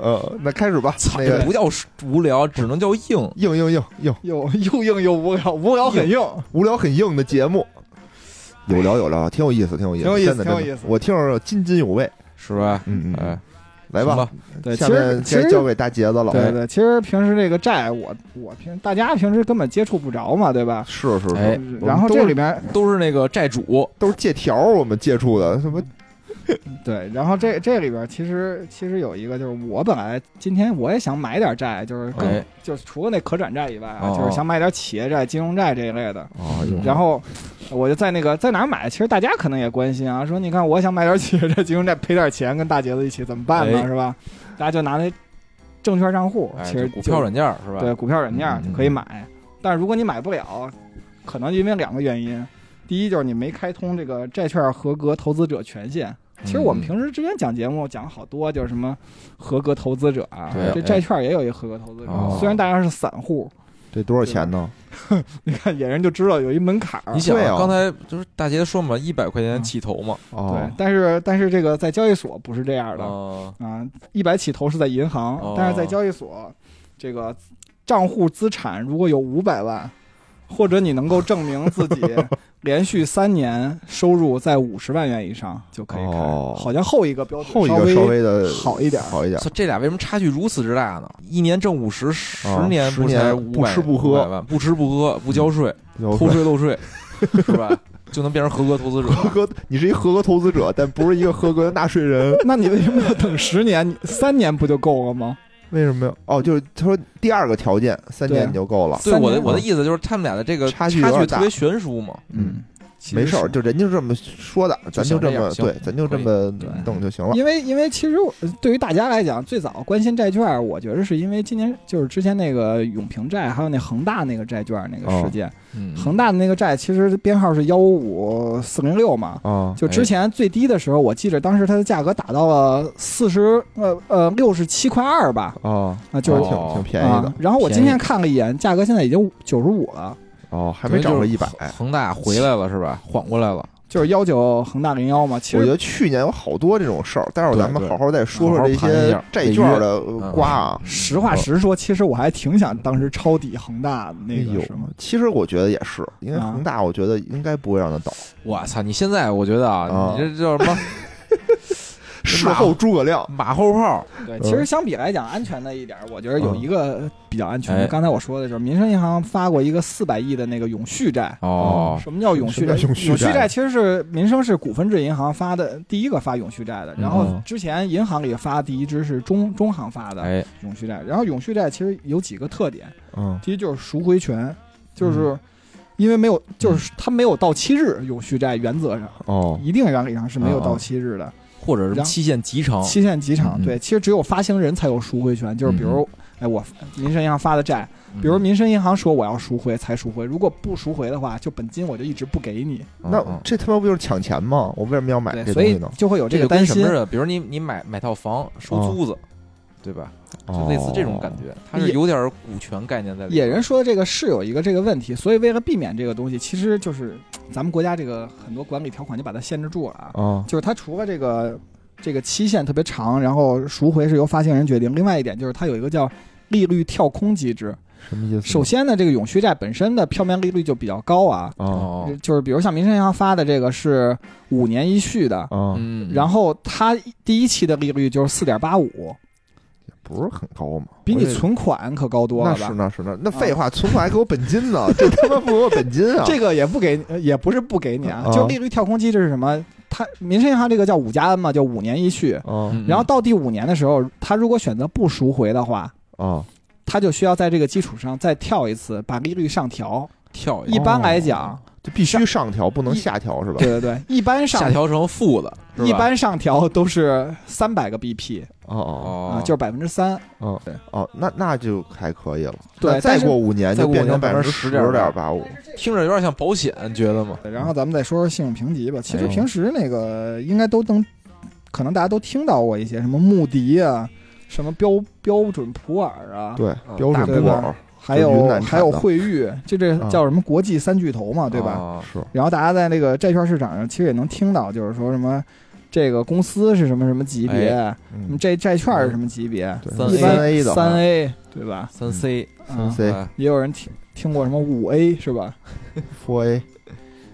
Speaker 1: 呃，那开始吧，那
Speaker 2: 这
Speaker 1: 个
Speaker 2: 不叫无聊，只能叫硬。
Speaker 1: 硬硬硬硬，
Speaker 3: 又 又硬又无聊，无哦聊很硬。
Speaker 1: 无聊很硬的节目，有聊有聊，挺有意思，挺有意思，
Speaker 3: 挺有意思
Speaker 1: 真的
Speaker 3: 挺有
Speaker 1: 真的
Speaker 3: 意思
Speaker 1: 我听着津津有味。
Speaker 2: 是吧？
Speaker 1: 嗯嗯，
Speaker 2: 哎，
Speaker 1: 来吧，
Speaker 2: 行，
Speaker 3: 对，其
Speaker 1: 下
Speaker 3: 实
Speaker 1: 面
Speaker 3: 其
Speaker 1: 该
Speaker 3: 实
Speaker 1: 交给大杰子了。
Speaker 3: 对对，其实平时这个债，我我平大家平时根本接触不着嘛，对吧？
Speaker 1: 是是是，
Speaker 2: 哎
Speaker 3: 然
Speaker 1: 我们
Speaker 3: 后
Speaker 1: 都
Speaker 3: 这
Speaker 1: 是
Speaker 3: 里边
Speaker 2: 都是嗯那个债主，
Speaker 1: 都是借条我们接触的，什么
Speaker 3: 对，然后这这里边其实其实有一个就是我本来今天我也想买点债，就是更、
Speaker 2: 哎，
Speaker 3: 就是除了那可转债以外啊，
Speaker 2: 哦
Speaker 3: 就是想买点企业债、金融债这一类的。
Speaker 1: 啊
Speaker 2: 嗯
Speaker 3: 然后我就在那个在哪儿买，其实大家可能也关心啊，说你看我想买点企业债、金融债，赔点钱跟大杰子一起怎么办呢？
Speaker 2: 哎
Speaker 3: 是吧？大家就拿那证券账户，
Speaker 2: 哎
Speaker 3: 其实
Speaker 2: 就股
Speaker 3: 就
Speaker 2: 票软件儿是吧？
Speaker 3: 对股票软件儿
Speaker 2: 嗯
Speaker 3: 就可以买。但如果你买不了，可能因为两个原因，第一就是你没开通这个债券合格投资者权限。其实我们
Speaker 2: 嗯
Speaker 3: 平时之前讲节目讲好多，就是什么合格投资者啊
Speaker 2: 对，
Speaker 3: 这
Speaker 2: 哎
Speaker 3: 债券也有一合格投资者
Speaker 2: 哦，
Speaker 3: 虽然大家是散户，
Speaker 1: 这多少钱呢？
Speaker 3: 你看野人就知道有一门槛儿
Speaker 2: 你。想
Speaker 1: 对
Speaker 2: 啊，
Speaker 1: 啊嗯
Speaker 2: 刚才就是大杰说嘛，一百块钱起投嘛，
Speaker 1: 哦
Speaker 3: 对，，但是但是这个在交易所不是这样的
Speaker 2: 啊，
Speaker 3: 啊，一百起投是在银行
Speaker 2: 哦，
Speaker 3: 但是在交易所，这个账户资产如果有五百万，或者你能够证明自 己连续三年收入在五十万元以上就可以开。
Speaker 1: 哦
Speaker 3: 好像后一个标准
Speaker 1: 后一个稍
Speaker 3: 稍
Speaker 1: 微的
Speaker 3: 好一点
Speaker 1: 好一点。
Speaker 2: 所以这俩为什么差距如此之大呢？一年挣五十，十
Speaker 1: 啊
Speaker 2: 年
Speaker 1: 十
Speaker 2: 不才
Speaker 1: 年不
Speaker 2: 500
Speaker 1: 吃不喝嗯
Speaker 2: 500万，不吃不喝，不交税，
Speaker 1: 要
Speaker 2: 偷税漏税，是吧？就能变成合格投资者。
Speaker 1: 合格，你是一合格投资者，但不是一个合格的纳税 人。
Speaker 3: 那你为什么要等十年？你三年不就够了吗？
Speaker 1: 为什么呀？哦，就是他说第二个条件，三
Speaker 3: 对
Speaker 1: 年你就够了。
Speaker 2: 对
Speaker 3: 三
Speaker 2: 我的
Speaker 3: 年
Speaker 2: 我的意思就是，他们俩的这个
Speaker 1: 差距
Speaker 2: 距
Speaker 1: 有点
Speaker 2: 特
Speaker 1: 大
Speaker 2: 别悬殊嘛。
Speaker 1: 嗯，
Speaker 3: 其实
Speaker 1: 没事儿，
Speaker 3: 是
Speaker 1: 就人家就这么说的，咱就
Speaker 2: 想
Speaker 1: 这
Speaker 2: 这样
Speaker 1: 么
Speaker 2: 行
Speaker 1: 对，咱就这
Speaker 2: 可以
Speaker 1: 么
Speaker 2: 对
Speaker 1: 弄就行了。
Speaker 3: 因为因为其实我呃对于大家来讲，最早关心债券，我觉得是因为今年就是之前那个永平债，还有那恒大那个债券那
Speaker 1: 哦
Speaker 3: 个事件。
Speaker 2: 嗯，
Speaker 3: 恒大的那个债其实编号是幺五五四零六嘛。
Speaker 1: 啊，
Speaker 3: 就之前最低的时候，我记着当时它的价格打到了四十呃呃六十七块二吧，
Speaker 1: 哦，
Speaker 3: 啊就是
Speaker 1: 挺挺便宜的
Speaker 3: 啊。然后我今
Speaker 2: 便
Speaker 3: 天看了一眼，价格现在已经九十五了，
Speaker 1: 哦，还
Speaker 2: 还
Speaker 1: 没涨回一百。
Speaker 2: 恒大回来了是吧？缓过来了，
Speaker 3: 就是幺九恒大零幺嘛。其
Speaker 1: 我觉
Speaker 3: 实
Speaker 1: 得去年有好多这种事儿，待会儿
Speaker 2: 对
Speaker 1: 咱们
Speaker 2: 对
Speaker 1: 好好再说说这
Speaker 2: 好好盘一
Speaker 1: 些
Speaker 2: 下
Speaker 1: 债券的
Speaker 2: 嗯
Speaker 1: 瓜啊。
Speaker 3: 实话实说，其实我还挺想当时抄底恒大
Speaker 1: 哎
Speaker 3: 那
Speaker 1: 呦
Speaker 3: 个什么，，
Speaker 1: 其实我觉得也是，因为
Speaker 3: 啊
Speaker 1: 恒大，我觉得应该不会让它倒。
Speaker 2: 我操！你现在我觉得
Speaker 1: 啊
Speaker 2: 啊，你这叫什么
Speaker 1: 事后诸葛亮，
Speaker 2: 马后 炮？
Speaker 3: 对，
Speaker 1: 嗯
Speaker 3: 其实相比来讲，安全的一点儿，我觉得有一个比较安全的。
Speaker 2: 哎
Speaker 3: 刚才我说的就是民生银行发过一个四百亿的那个永续债。
Speaker 1: 嗯
Speaker 2: 哦，
Speaker 3: 什么叫永续债？
Speaker 1: 啊什么叫永续
Speaker 3: 永续
Speaker 1: 债
Speaker 3: 债其实是民生是股份制银行发的第一个发永续债的，然后
Speaker 2: 嗯
Speaker 3: 之前银行里发第一支是中中行发的
Speaker 2: 哎，
Speaker 3: 永续债，然后永续债其实有几个特点，
Speaker 1: 嗯，
Speaker 3: 第一就是赎回权，就是因为没有，就是它没有到期日，永续债原则上
Speaker 1: 嗯哦，嗯
Speaker 3: 一定让银行是没有
Speaker 2: 哦
Speaker 3: 到期日的，
Speaker 2: 或者是
Speaker 3: 然后
Speaker 2: 期限极长，
Speaker 3: 期限极长，
Speaker 2: 嗯
Speaker 3: 对，其实只有发行人才有赎回权，
Speaker 1: 嗯
Speaker 3: 就是比如，哎，我民生银行发的债，比如
Speaker 2: 嗯
Speaker 3: 民生银行说我要赎回才赎回，如果不赎回的话，就本金我就一直不给你，
Speaker 1: 那
Speaker 2: 嗯嗯
Speaker 1: 这他妈不就是抢钱吗？我为什么要买
Speaker 3: 对，
Speaker 1: 哎这
Speaker 3: 所
Speaker 1: 东西
Speaker 3: 以
Speaker 1: 呢？
Speaker 3: 就会有
Speaker 2: 这
Speaker 3: 这
Speaker 2: 就
Speaker 3: 个
Speaker 2: 跟
Speaker 3: 担
Speaker 2: 什么
Speaker 3: 心哦
Speaker 2: 似。的，比如你你买买套房收租子，对吧？就类似这种感觉，它是
Speaker 3: 也
Speaker 2: 有点股权概念在里面。
Speaker 3: 野人说的这个是有一个这个问题，所以为了避免这个东西，其实就是咱们国家这个很多管理条款就把它限制住了啊，
Speaker 1: 啊
Speaker 3: 就是它除了这个这个期限特别长，然后赎回是由发行人决定，另外一点就是它有一个叫利率跳空机制。
Speaker 1: 什么意思？
Speaker 3: 首先呢，这个永续债本身的票面利率就比较高啊，
Speaker 1: 啊
Speaker 2: 哦，
Speaker 3: 就是比如像民生银行发的这个是五年一续的，
Speaker 1: 啊，
Speaker 2: 嗯，
Speaker 3: 然后它第一期的利率就是四点八五，
Speaker 1: 不是很高嘛，
Speaker 3: 比你
Speaker 1: 我这
Speaker 3: 存款可高多
Speaker 1: 那
Speaker 3: 了
Speaker 1: 是
Speaker 3: 吧？
Speaker 1: 那是那那废话，存款还给我本金呢，这他妈不给我本金啊！
Speaker 3: 这个也不给你，呃也不是不给你啊
Speaker 2: 嗯
Speaker 1: 啊，
Speaker 3: 就利率跳空机制是什么？它民生银行这个叫五加 N 嘛，就五年一续。
Speaker 1: 啊
Speaker 2: 嗯
Speaker 3: 然后到第五年的时候，它如果选择不赎回的话，
Speaker 1: 啊
Speaker 3: 它就需要在这个基础上再跳一次，把利率上调。
Speaker 2: 跳一
Speaker 3: 一
Speaker 2: 下
Speaker 3: 般来讲，
Speaker 1: 就必须上调，不能
Speaker 3: 一
Speaker 1: 下调是吧
Speaker 3: 对？对对，一般上
Speaker 2: 下调成负的，是吧
Speaker 3: 一般上调都是三百个 BP
Speaker 1: 哦哦
Speaker 3: 啊、
Speaker 2: 哦，
Speaker 3: 就是百分之三。
Speaker 1: 哦
Speaker 3: 对
Speaker 1: 哦，那那就还可以了。
Speaker 3: 对
Speaker 1: 那再
Speaker 3: 但是
Speaker 1: 过五年就变成
Speaker 2: 再
Speaker 1: 百
Speaker 2: 过
Speaker 1: 分
Speaker 2: 五
Speaker 1: 之十
Speaker 2: 年
Speaker 1: 点
Speaker 2: 10.85
Speaker 1: 八五
Speaker 2: 听着有点像保险，你觉得吗？
Speaker 3: 对然后咱们再说说信用评级吧。其实
Speaker 2: 嗯哎
Speaker 3: 平时那个应该都能，可能大家都听到过一些什么穆迪啊，什么标标准普尔啊，
Speaker 1: 对
Speaker 2: 嗯
Speaker 1: 标
Speaker 2: 大
Speaker 1: 准普
Speaker 3: 部分
Speaker 1: 尔
Speaker 3: 还
Speaker 1: 就云
Speaker 3: 有
Speaker 1: 南产的
Speaker 3: 还有惠誉，这这
Speaker 1: 啊
Speaker 3: 叫什么国际三巨头嘛，对吧？
Speaker 2: 哦
Speaker 1: 是
Speaker 3: 然后大家在那个债券市场上其实也能听到，就是说什么这个公司是什么什么级别，
Speaker 1: 嗯
Speaker 3: 这债券是什么级别，
Speaker 1: 对
Speaker 2: 三
Speaker 3: 一
Speaker 1: 嗯三 A
Speaker 2: A
Speaker 3: 般
Speaker 1: 的啊
Speaker 3: 三 A 对吧？
Speaker 2: 三 C，
Speaker 1: 三
Speaker 3: 啊
Speaker 1: C
Speaker 2: 哎
Speaker 3: 也有人听听过什么五 A 是吧？
Speaker 1: Four A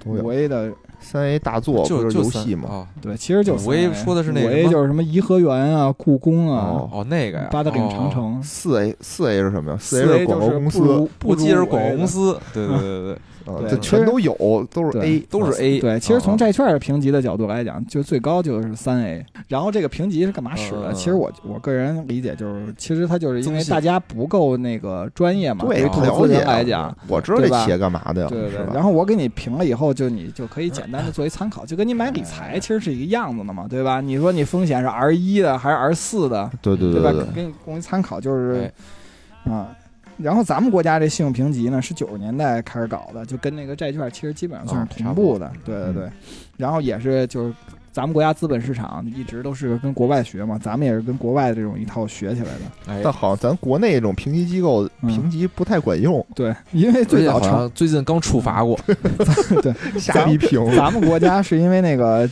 Speaker 1: 都
Speaker 3: 五
Speaker 1: 有
Speaker 3: A 的
Speaker 1: 三 A 大作不
Speaker 2: 就是就
Speaker 1: 游
Speaker 2: 三
Speaker 1: 戏嘛？
Speaker 2: 哦
Speaker 3: 对，其实就是
Speaker 2: 五 A
Speaker 3: 3A
Speaker 2: 说的是那
Speaker 3: 五
Speaker 2: 个
Speaker 3: A
Speaker 2: 吗
Speaker 3: 就是什么颐和园啊、故宫啊。
Speaker 1: 哦
Speaker 2: 哦，那个呀，
Speaker 3: 八达岭
Speaker 2: 哦
Speaker 3: 长。城。
Speaker 1: 四 A 四 A 是什么呀？四
Speaker 3: A
Speaker 1: 是广告公司，，
Speaker 2: 不
Speaker 3: 如
Speaker 2: 记得是广告公。
Speaker 3: 不如
Speaker 2: 司，对对对对，
Speaker 1: 啊，
Speaker 3: 对
Speaker 1: 这全都有，都是
Speaker 3: 对
Speaker 1: A，啊
Speaker 2: 都是 A。
Speaker 3: A 的嗯对，其实从
Speaker 2: 这
Speaker 3: 债券的评级的角度来讲，就最高就是三 A。然后这个评级是干嘛使的？
Speaker 2: 嗯
Speaker 3: 其实我我个人理解就是，其实它就是因为
Speaker 2: 增信
Speaker 3: 大家不够那个专业嘛，
Speaker 1: 对
Speaker 3: 于
Speaker 2: 不
Speaker 1: 了
Speaker 3: 投资
Speaker 1: 解
Speaker 3: 人
Speaker 1: 啊
Speaker 3: 来讲，
Speaker 1: 我知道这
Speaker 3: 对吧
Speaker 1: 企业干嘛的呀，
Speaker 3: 对对
Speaker 1: 是
Speaker 3: 对。
Speaker 1: 吧？
Speaker 3: 然后我给你评了以后，就你就可以简单的作为参考，就跟你
Speaker 1: 哎
Speaker 3: 买理财其实是一个样子的嘛，对吧？你说你风险是 R 一的还是 R 四的，
Speaker 1: 对对
Speaker 3: 对吧
Speaker 1: 对？
Speaker 3: 给你供你参考，就是
Speaker 2: 哎
Speaker 3: 啊。然后咱们国家这信用评级呢，是九十年代开始搞的，就跟那个债券其实基本上算是
Speaker 2: 啊差
Speaker 3: 同
Speaker 2: 不多
Speaker 3: 步的，对对对。然后也是就是咱们国家资本市场一直都是跟国外学嘛，咱们也是跟国外的这种一套学起来的。
Speaker 2: 哎
Speaker 1: 但好像咱国内这种评级机构
Speaker 3: 嗯
Speaker 1: 评级不太管用，
Speaker 3: 对，因
Speaker 2: 最
Speaker 3: 为最
Speaker 2: 近
Speaker 3: 早
Speaker 2: 好
Speaker 3: 成嗯
Speaker 2: 像最近刚处罚过，
Speaker 1: 瞎逼评。
Speaker 3: 咱们国家是因为 那个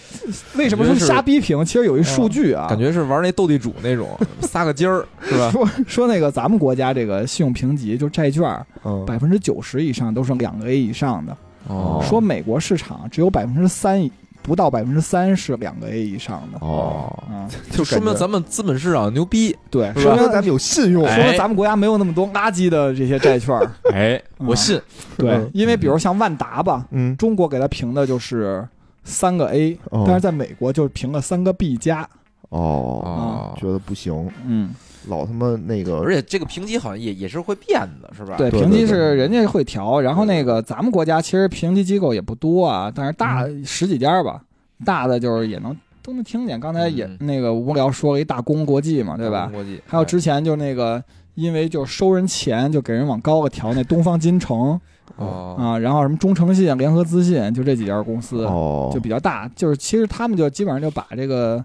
Speaker 3: 为什么说瞎逼评？其实有一数据啊，
Speaker 2: 嗯感觉是玩那斗地主那种，撒个尖 儿是吧？
Speaker 3: 说说那个咱们国家这个信用评级，就债券
Speaker 1: 嗯，
Speaker 3: 百分之九十以上都是两个 A 以上的，
Speaker 2: 哦，
Speaker 3: 说美国市场只有百分之三不到百分之三是两个 A 以上的。
Speaker 2: 哦，
Speaker 3: 嗯，
Speaker 1: 就
Speaker 2: 说
Speaker 1: 感
Speaker 2: 明
Speaker 1: 觉
Speaker 2: 咱们资本市场牛逼。
Speaker 3: 对，
Speaker 1: 说
Speaker 3: 说
Speaker 1: 明
Speaker 3: 明
Speaker 1: 咱们有信用。
Speaker 2: 哎
Speaker 3: 说明咱们国家没有那么多垃圾的这些债券儿。
Speaker 2: 哎，我信。
Speaker 3: 对
Speaker 1: 嗯，
Speaker 3: 因为比如像万达吧，
Speaker 1: 嗯，
Speaker 3: 中国给它评的就是三个 A，
Speaker 1: 哦
Speaker 3: 但是在美国就评了三个 B 加。
Speaker 1: 哦，
Speaker 2: 哦，
Speaker 1: 觉得不行，
Speaker 3: 嗯，
Speaker 1: 老他妈那个
Speaker 4: 而且这个评级好像也也是会变的，是吧？
Speaker 3: 对，
Speaker 1: 对
Speaker 3: 评
Speaker 1: 对
Speaker 3: 级
Speaker 1: 对
Speaker 3: 是人家会调，然后那个咱们国家其实评级机构也不多啊，但是大十几家儿吧，大的就是也能都能听见。刚才也
Speaker 2: 嗯
Speaker 3: 那个无聊说了一大公国际嘛，对吧？
Speaker 2: 国际
Speaker 3: 还有之前就那个因为就收人钱就给人往高了调，那东方金城
Speaker 2: 哦，
Speaker 3: 啊，然后什么中诚信、联合资信，就这几家公司
Speaker 1: 哦，
Speaker 3: 就比较大，就是其实他们就基本上就把这个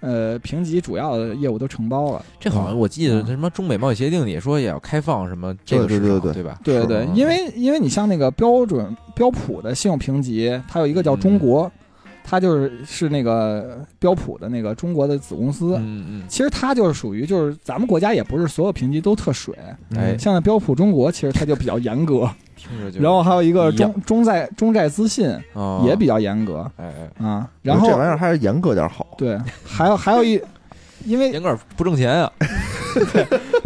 Speaker 3: 呃评级主要的业务都承包了。
Speaker 2: 这好像我记得
Speaker 3: 嗯
Speaker 2: 那什么中美贸易协定也说也要开放什么这个
Speaker 1: 对
Speaker 2: 市
Speaker 1: 对
Speaker 2: 场，
Speaker 1: 对对
Speaker 2: 对吧？
Speaker 3: 对对
Speaker 2: 是，吗
Speaker 3: 因为因为你像那个标准标普的信用评级，它有一个叫
Speaker 2: 嗯
Speaker 3: 中国，它就是是那个标普的那个中国的子公司。
Speaker 2: 嗯嗯
Speaker 3: 其实它就是属于就是咱们国家也不是所有评级都特水，
Speaker 2: 嗯，哎，
Speaker 3: 像那标普中国其实它就比较严格，
Speaker 2: 听着就
Speaker 3: 然后还有一个
Speaker 2: 一样
Speaker 3: 中中债中债资信
Speaker 2: 哦
Speaker 3: 也比较严格
Speaker 2: 哎哎，
Speaker 3: 啊。然
Speaker 1: 这玩
Speaker 3: 后
Speaker 1: 意儿还是严格点好。
Speaker 3: 对，还有还有一，因为
Speaker 2: 严格不挣钱啊，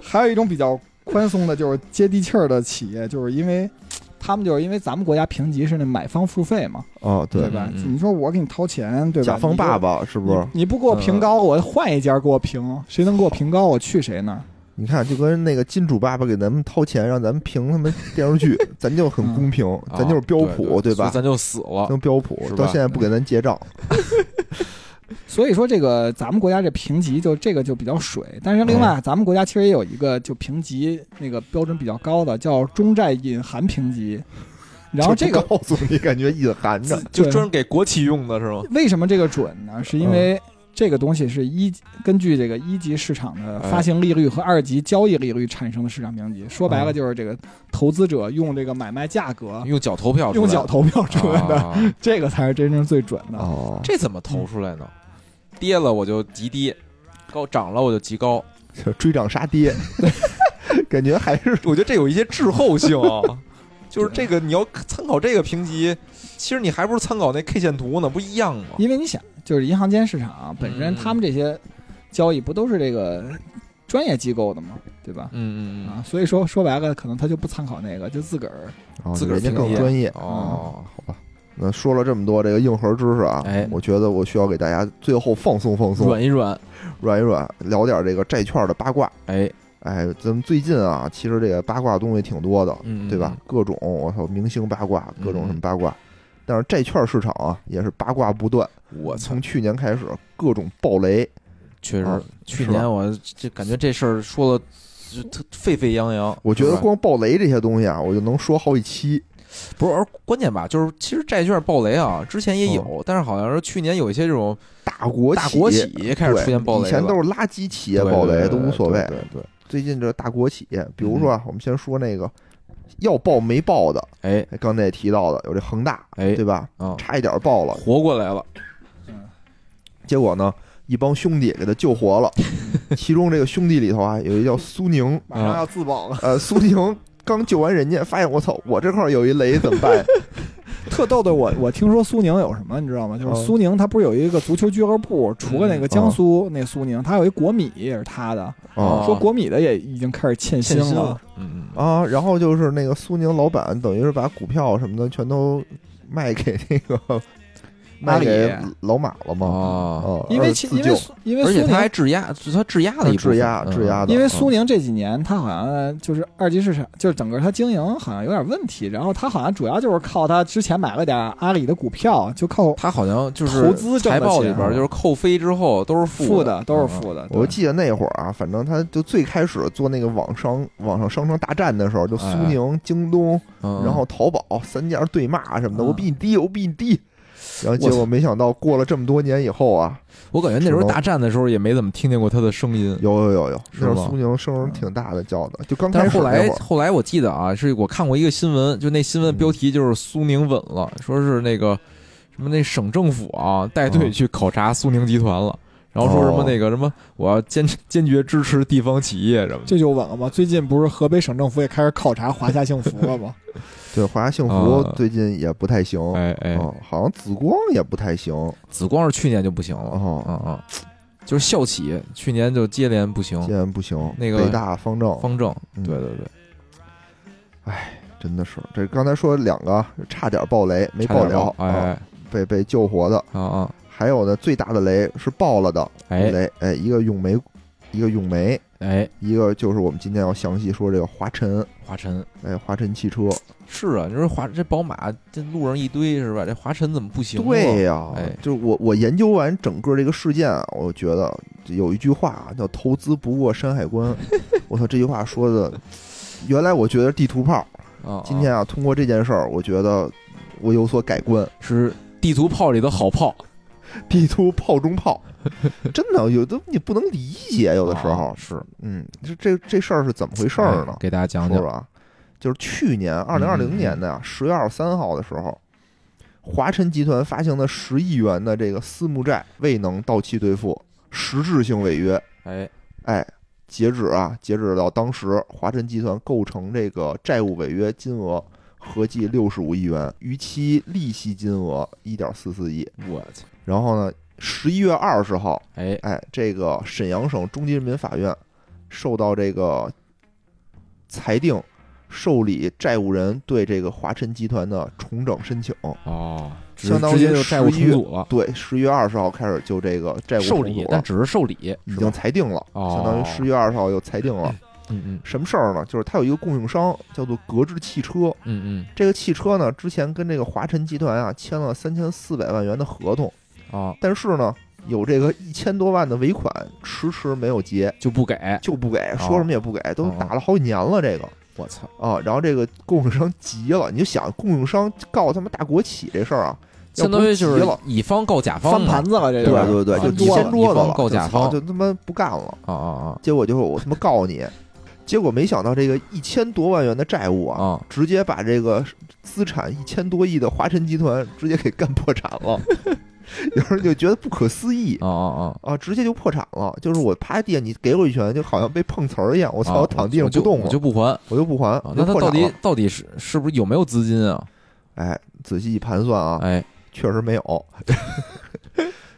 Speaker 3: 还有一种比较宽松的，就是接地气儿的企业，就是因为他们就是因为咱们国家评级是那买方付费嘛，
Speaker 1: 哦，
Speaker 3: 对
Speaker 1: 对，
Speaker 3: 吧？
Speaker 2: 嗯嗯
Speaker 3: 你说我给你掏钱，对吧？
Speaker 1: 甲方爸爸是
Speaker 3: 你
Speaker 1: 不
Speaker 3: 给我
Speaker 1: 是？
Speaker 3: 你你不给
Speaker 2: 嗯
Speaker 3: 我评高，我换一家给我评，谁能给我评高，我去谁那儿。
Speaker 1: 你看，就跟那个金主爸爸给咱们掏钱，让咱们评他们电视剧，咱就
Speaker 3: 嗯
Speaker 1: 很公平， 咱就是标普，
Speaker 2: 啊对所
Speaker 1: 吧
Speaker 2: 以？咱就死了。
Speaker 1: 咱标普
Speaker 2: 是吧
Speaker 1: 到现在不给咱结账，
Speaker 3: 所以说，这个咱们国家这评级就这个就比较水。但是另外，咱们国家其实也有一个就评级那个标准比较高的，叫中债隐含评级。然后这
Speaker 1: 就
Speaker 3: 个
Speaker 1: 不告诉你，感觉隐含着
Speaker 2: 自就
Speaker 3: 对
Speaker 2: 专给国企用的是吗？
Speaker 3: 为什么这个准呢？是因为这个东西是一根据这个一级市场的发行利率和二级交易利率产生的市场评级。说白了就是这个投资者用这个买卖价格、
Speaker 2: 用脚投票出来，
Speaker 3: 啊用脚投票出来的，
Speaker 2: 啊。
Speaker 3: 这个才是真正最准的。
Speaker 1: 哦，
Speaker 2: 这怎么投出来呢？跌了我就极低，高涨了我就极高。
Speaker 1: 这追涨杀 跌，感觉还是
Speaker 2: 我觉得这有一些滞后性 啊，就是这个你要参考这个评级，其实你还不如参考那 K 线图呢，不一样吗？
Speaker 3: 因为你想，就是银行间市场啊本身
Speaker 2: 嗯
Speaker 3: 他们这些交易不都是这个专业机构的嘛，对吧？
Speaker 2: 嗯嗯
Speaker 3: 啊，所以说说白了，可能他就不参考那个，就自个儿
Speaker 1: 哦
Speaker 2: 自个儿
Speaker 1: 人家更
Speaker 2: 评价
Speaker 1: 专业
Speaker 2: 嗯，。哦，
Speaker 1: 好吧，那说了这么多这个硬核知识啊，
Speaker 2: 哎
Speaker 1: 我觉得我需要给大家最后放松放松，
Speaker 2: 软一软，
Speaker 1: 软一软，聊点这个债券的八卦。
Speaker 2: 哎，
Speaker 1: 哎，咱们最近啊，其实这个八卦东西挺多的，
Speaker 2: 嗯，嗯
Speaker 1: 对吧？？各种我操，明星八卦，各种什么八卦。但是债券市场啊，也是八卦不断。
Speaker 2: 我操，
Speaker 1: 从去年开始，各种暴雷，
Speaker 2: 嗯确
Speaker 1: 啊
Speaker 2: 实，去
Speaker 1: 是吧
Speaker 2: 年我这感觉这事儿说的就特沸沸扬扬。
Speaker 1: 我觉
Speaker 2: 是
Speaker 1: 得
Speaker 2: 吧
Speaker 1: 光暴雷这些东西啊，我就能说好几期。
Speaker 2: 不是，而关键吧，就是其实债券暴雷啊，之前也有，但是好像是去年有一些这种
Speaker 1: 大国
Speaker 2: 大国
Speaker 1: 企
Speaker 2: 企开始出现暴雷了，
Speaker 1: 以前都是垃圾企业
Speaker 2: 对
Speaker 1: 暴
Speaker 2: 对
Speaker 1: 雷
Speaker 2: 对
Speaker 1: 都无所谓
Speaker 2: 对。对嗯对对
Speaker 1: 最近这大国企，比如说啊，我们先说那个要爆没爆的，
Speaker 2: 哎
Speaker 1: 哎刚才也提到的，有这恒大，
Speaker 2: 哎
Speaker 1: 对吧？
Speaker 2: 啊，
Speaker 1: 差一点爆了，
Speaker 2: 活过来了，
Speaker 1: 结果呢，一帮兄弟给他救活 了。其中这个兄弟里头啊，有一个叫苏宁，
Speaker 3: 马上要自保了。
Speaker 1: 呃，苏宁刚救完人家，发现我操，我这块儿有一雷怎么 办？
Speaker 3: 特逗的我，我听说苏宁有什么，你知道吗？
Speaker 2: 哦
Speaker 3: 就是
Speaker 1: 嗯
Speaker 3: 苏宁，它不是有一个足球俱乐部？除
Speaker 2: 嗯
Speaker 3: 了那个江苏那苏宁，它有一国米也是它的。
Speaker 1: 哦
Speaker 3: 说国米的也已经开始欠薪
Speaker 2: 欠薪
Speaker 3: 了
Speaker 2: 了，嗯嗯，
Speaker 1: 啊，然后就是那个苏宁老板，等于是把股票什么的全都卖给那个卖
Speaker 3: 阿里
Speaker 1: 给老马了嘛？
Speaker 2: 哦，
Speaker 1: 哦，
Speaker 3: 因为
Speaker 1: 而
Speaker 3: 其
Speaker 1: 自
Speaker 3: 因
Speaker 1: 救
Speaker 3: 为苏因为
Speaker 2: 而
Speaker 3: 苏
Speaker 2: 且他还
Speaker 3: 宁，
Speaker 2: 质押，他质押了一部分嗯
Speaker 1: 质押质押的
Speaker 3: 因为苏宁这几年它好像就是二级市场，就是整个它经营好像有点问题，然后它好像主要就是靠它之前买了点阿里的股票，就靠
Speaker 2: 他好像就是
Speaker 3: 投资挣
Speaker 2: 财
Speaker 3: 的
Speaker 2: 报里
Speaker 3: 钱
Speaker 2: 边就是扣非之后都是
Speaker 3: 负
Speaker 2: 的
Speaker 3: 的，，都是负的。
Speaker 1: 嗯我
Speaker 3: 对
Speaker 1: 记得那会儿啊，反正他就最开始做那个网商网上商城大战的时候，就苏
Speaker 2: 哎
Speaker 1: 宁、京东，
Speaker 2: 嗯，
Speaker 1: 然后淘宝三家对骂什么的，
Speaker 3: 嗯
Speaker 1: 我比你低，我比你低，然后结果没想到过了这么多年以后啊，
Speaker 2: 我感觉那时候大战的时候也没怎么听见过他的声音。
Speaker 1: 有有有有，
Speaker 2: 是
Speaker 1: 那会儿
Speaker 2: 吗
Speaker 1: 苏宁声儿挺大的叫的，就刚
Speaker 2: 但
Speaker 1: 开
Speaker 2: 是
Speaker 1: 始啊
Speaker 2: 后
Speaker 1: 那
Speaker 2: 来
Speaker 1: 会儿，
Speaker 2: 后来我记得啊，是我看过一个新闻，就那新闻标题就是苏宁稳了，说是那个什么那省政府啊带队
Speaker 1: 嗯
Speaker 2: 去考察苏宁集团了，然后说什么
Speaker 1: 哦
Speaker 2: 那个什么我要坚坚决支持地方企业什么的。
Speaker 3: 这就稳了吧？最近不是河北省政府也开始考察华夏幸福 了吗？
Speaker 1: 对华夏幸福
Speaker 2: 啊
Speaker 1: 最近也不太行，
Speaker 2: 哎哎，
Speaker 1: 哦，好像紫光也不太行，
Speaker 2: 紫光是去年就不行了，
Speaker 1: 哦
Speaker 2: 嗯嗯，就是校企去年就接连不行
Speaker 1: 现，在不行。
Speaker 2: 嗯那个
Speaker 1: 北大方正，
Speaker 2: 方正，
Speaker 1: 嗯
Speaker 2: 对对对，
Speaker 1: 真的是这刚才说两个差点爆雷没
Speaker 2: 差点
Speaker 1: 了，
Speaker 2: 哎
Speaker 1: 啊
Speaker 2: 哎
Speaker 1: 被被救活的，
Speaker 2: 啊啊，
Speaker 1: 还有呢最大的雷是爆了的
Speaker 2: 哎
Speaker 1: 雷，哎，一个咏梅，一个咏梅，
Speaker 2: 哎，
Speaker 1: 一个就是我们今天要详细说这个华晨，
Speaker 2: 华晨
Speaker 1: 哎，华晨汽车，
Speaker 2: 是啊，你说华这宝马这路上一堆是吧？这华晨怎么不行？
Speaker 1: 对，呀、
Speaker 2: 哎
Speaker 1: 就是我我研究完整个这个事件啊，我觉得有一句话啊叫“投资不过山海 关”，我操，这句话说的，原来我觉得地图炮，
Speaker 2: 啊，
Speaker 1: 今天啊，通过这件事儿，我觉得我有所改 观，
Speaker 2: 是地图炮里的好炮，
Speaker 1: 地图炮中 炮，真的有的你不能理解，有的时候
Speaker 2: 啊，是
Speaker 1: 嗯，这这这事儿是怎么回事儿呢
Speaker 2: 哎？给大家讲
Speaker 1: 说
Speaker 2: 讲
Speaker 1: 说啊，就是去年二零二零年的十月二十三号的时候，华晨集团发行的十亿元的这个私募债未能到期兑付，实质性违约。
Speaker 2: 哎，
Speaker 1: 哎，截止啊，截止到当时，华晨集团构成这个债务违约金额合计六十五亿元，逾期利息金额一点四四亿。
Speaker 2: 我去，
Speaker 1: 然后呢，十一月二十号，
Speaker 2: 哎，
Speaker 1: 哎，这个沈阳省中级人民法院受到这个裁定，受理债务人对这个华晨集团的重整申请。
Speaker 2: 哦，只
Speaker 1: 相当于
Speaker 2: 直接就债务
Speaker 1: 11
Speaker 2: 重组了，
Speaker 1: 对，十月二十号开始就这个债务
Speaker 2: 受
Speaker 1: 重
Speaker 2: 理，
Speaker 1: 组
Speaker 2: 但
Speaker 1: 了，
Speaker 2: 只是受理，
Speaker 1: 已
Speaker 2: 是
Speaker 1: 经
Speaker 2: 吧
Speaker 1: 裁定了，
Speaker 2: 哦
Speaker 1: 相当于十月二十号就裁定了。
Speaker 2: 嗯嗯
Speaker 1: 什么事儿呢？就是它有一个供应商叫做格致汽车，
Speaker 2: 嗯
Speaker 1: 这个汽车呢之前跟这个华晨集团啊签了三千四百万元的合同，
Speaker 2: 嗯，啊，
Speaker 1: 但是呢有这个一千多万的尾款迟迟没有结，
Speaker 2: 就不给，
Speaker 1: 就不给，说什么也不给，都
Speaker 2: 哦
Speaker 1: 打了好几年了，这个
Speaker 2: 我操，
Speaker 1: 啊，然后这个供应商急了，你就想供应商告他妈大国企这事儿啊，要
Speaker 2: 相当于
Speaker 1: 不
Speaker 2: 就
Speaker 1: 急
Speaker 2: 是
Speaker 1: 了
Speaker 2: 乙方告甲方
Speaker 3: 翻
Speaker 2: 嘛，
Speaker 3: 盘子了，
Speaker 1: 对
Speaker 3: 这就
Speaker 2: 吧
Speaker 3: 是
Speaker 1: 对对，
Speaker 2: 啊
Speaker 1: 就
Speaker 3: 掀
Speaker 1: 一
Speaker 3: 桌
Speaker 1: 掀
Speaker 3: 子
Speaker 1: 桌子
Speaker 2: 一
Speaker 1: 了
Speaker 2: 方，告
Speaker 1: 就
Speaker 2: 甲
Speaker 1: 操
Speaker 2: 方
Speaker 1: 就他妈不干了，
Speaker 2: 啊啊
Speaker 1: 结果就是我他妈告你，结果没想到这个一千多万元的债务
Speaker 2: 啊
Speaker 1: 啊，
Speaker 2: 啊，
Speaker 1: 直接把这个资产一千多亿的华晨集团直接给干破产了， 有人就觉得不可思议
Speaker 2: 啊。啊啊！
Speaker 1: 啊，直接就破产了！就是我趴地下，你给我一拳，就好像被碰瓷儿一样，我
Speaker 2: 我
Speaker 1: 操，躺地上不
Speaker 2: 就
Speaker 1: 动了
Speaker 2: 啊哦我，就不还。
Speaker 1: 我就不还。
Speaker 2: 啊
Speaker 1: 我就
Speaker 2: 那他
Speaker 1: 破
Speaker 2: 到
Speaker 1: 产
Speaker 2: 底
Speaker 1: 了
Speaker 2: 到底是是不是有没有资金啊？
Speaker 1: 哎，仔细一盘算啊，
Speaker 2: 哎，
Speaker 1: 确实没有。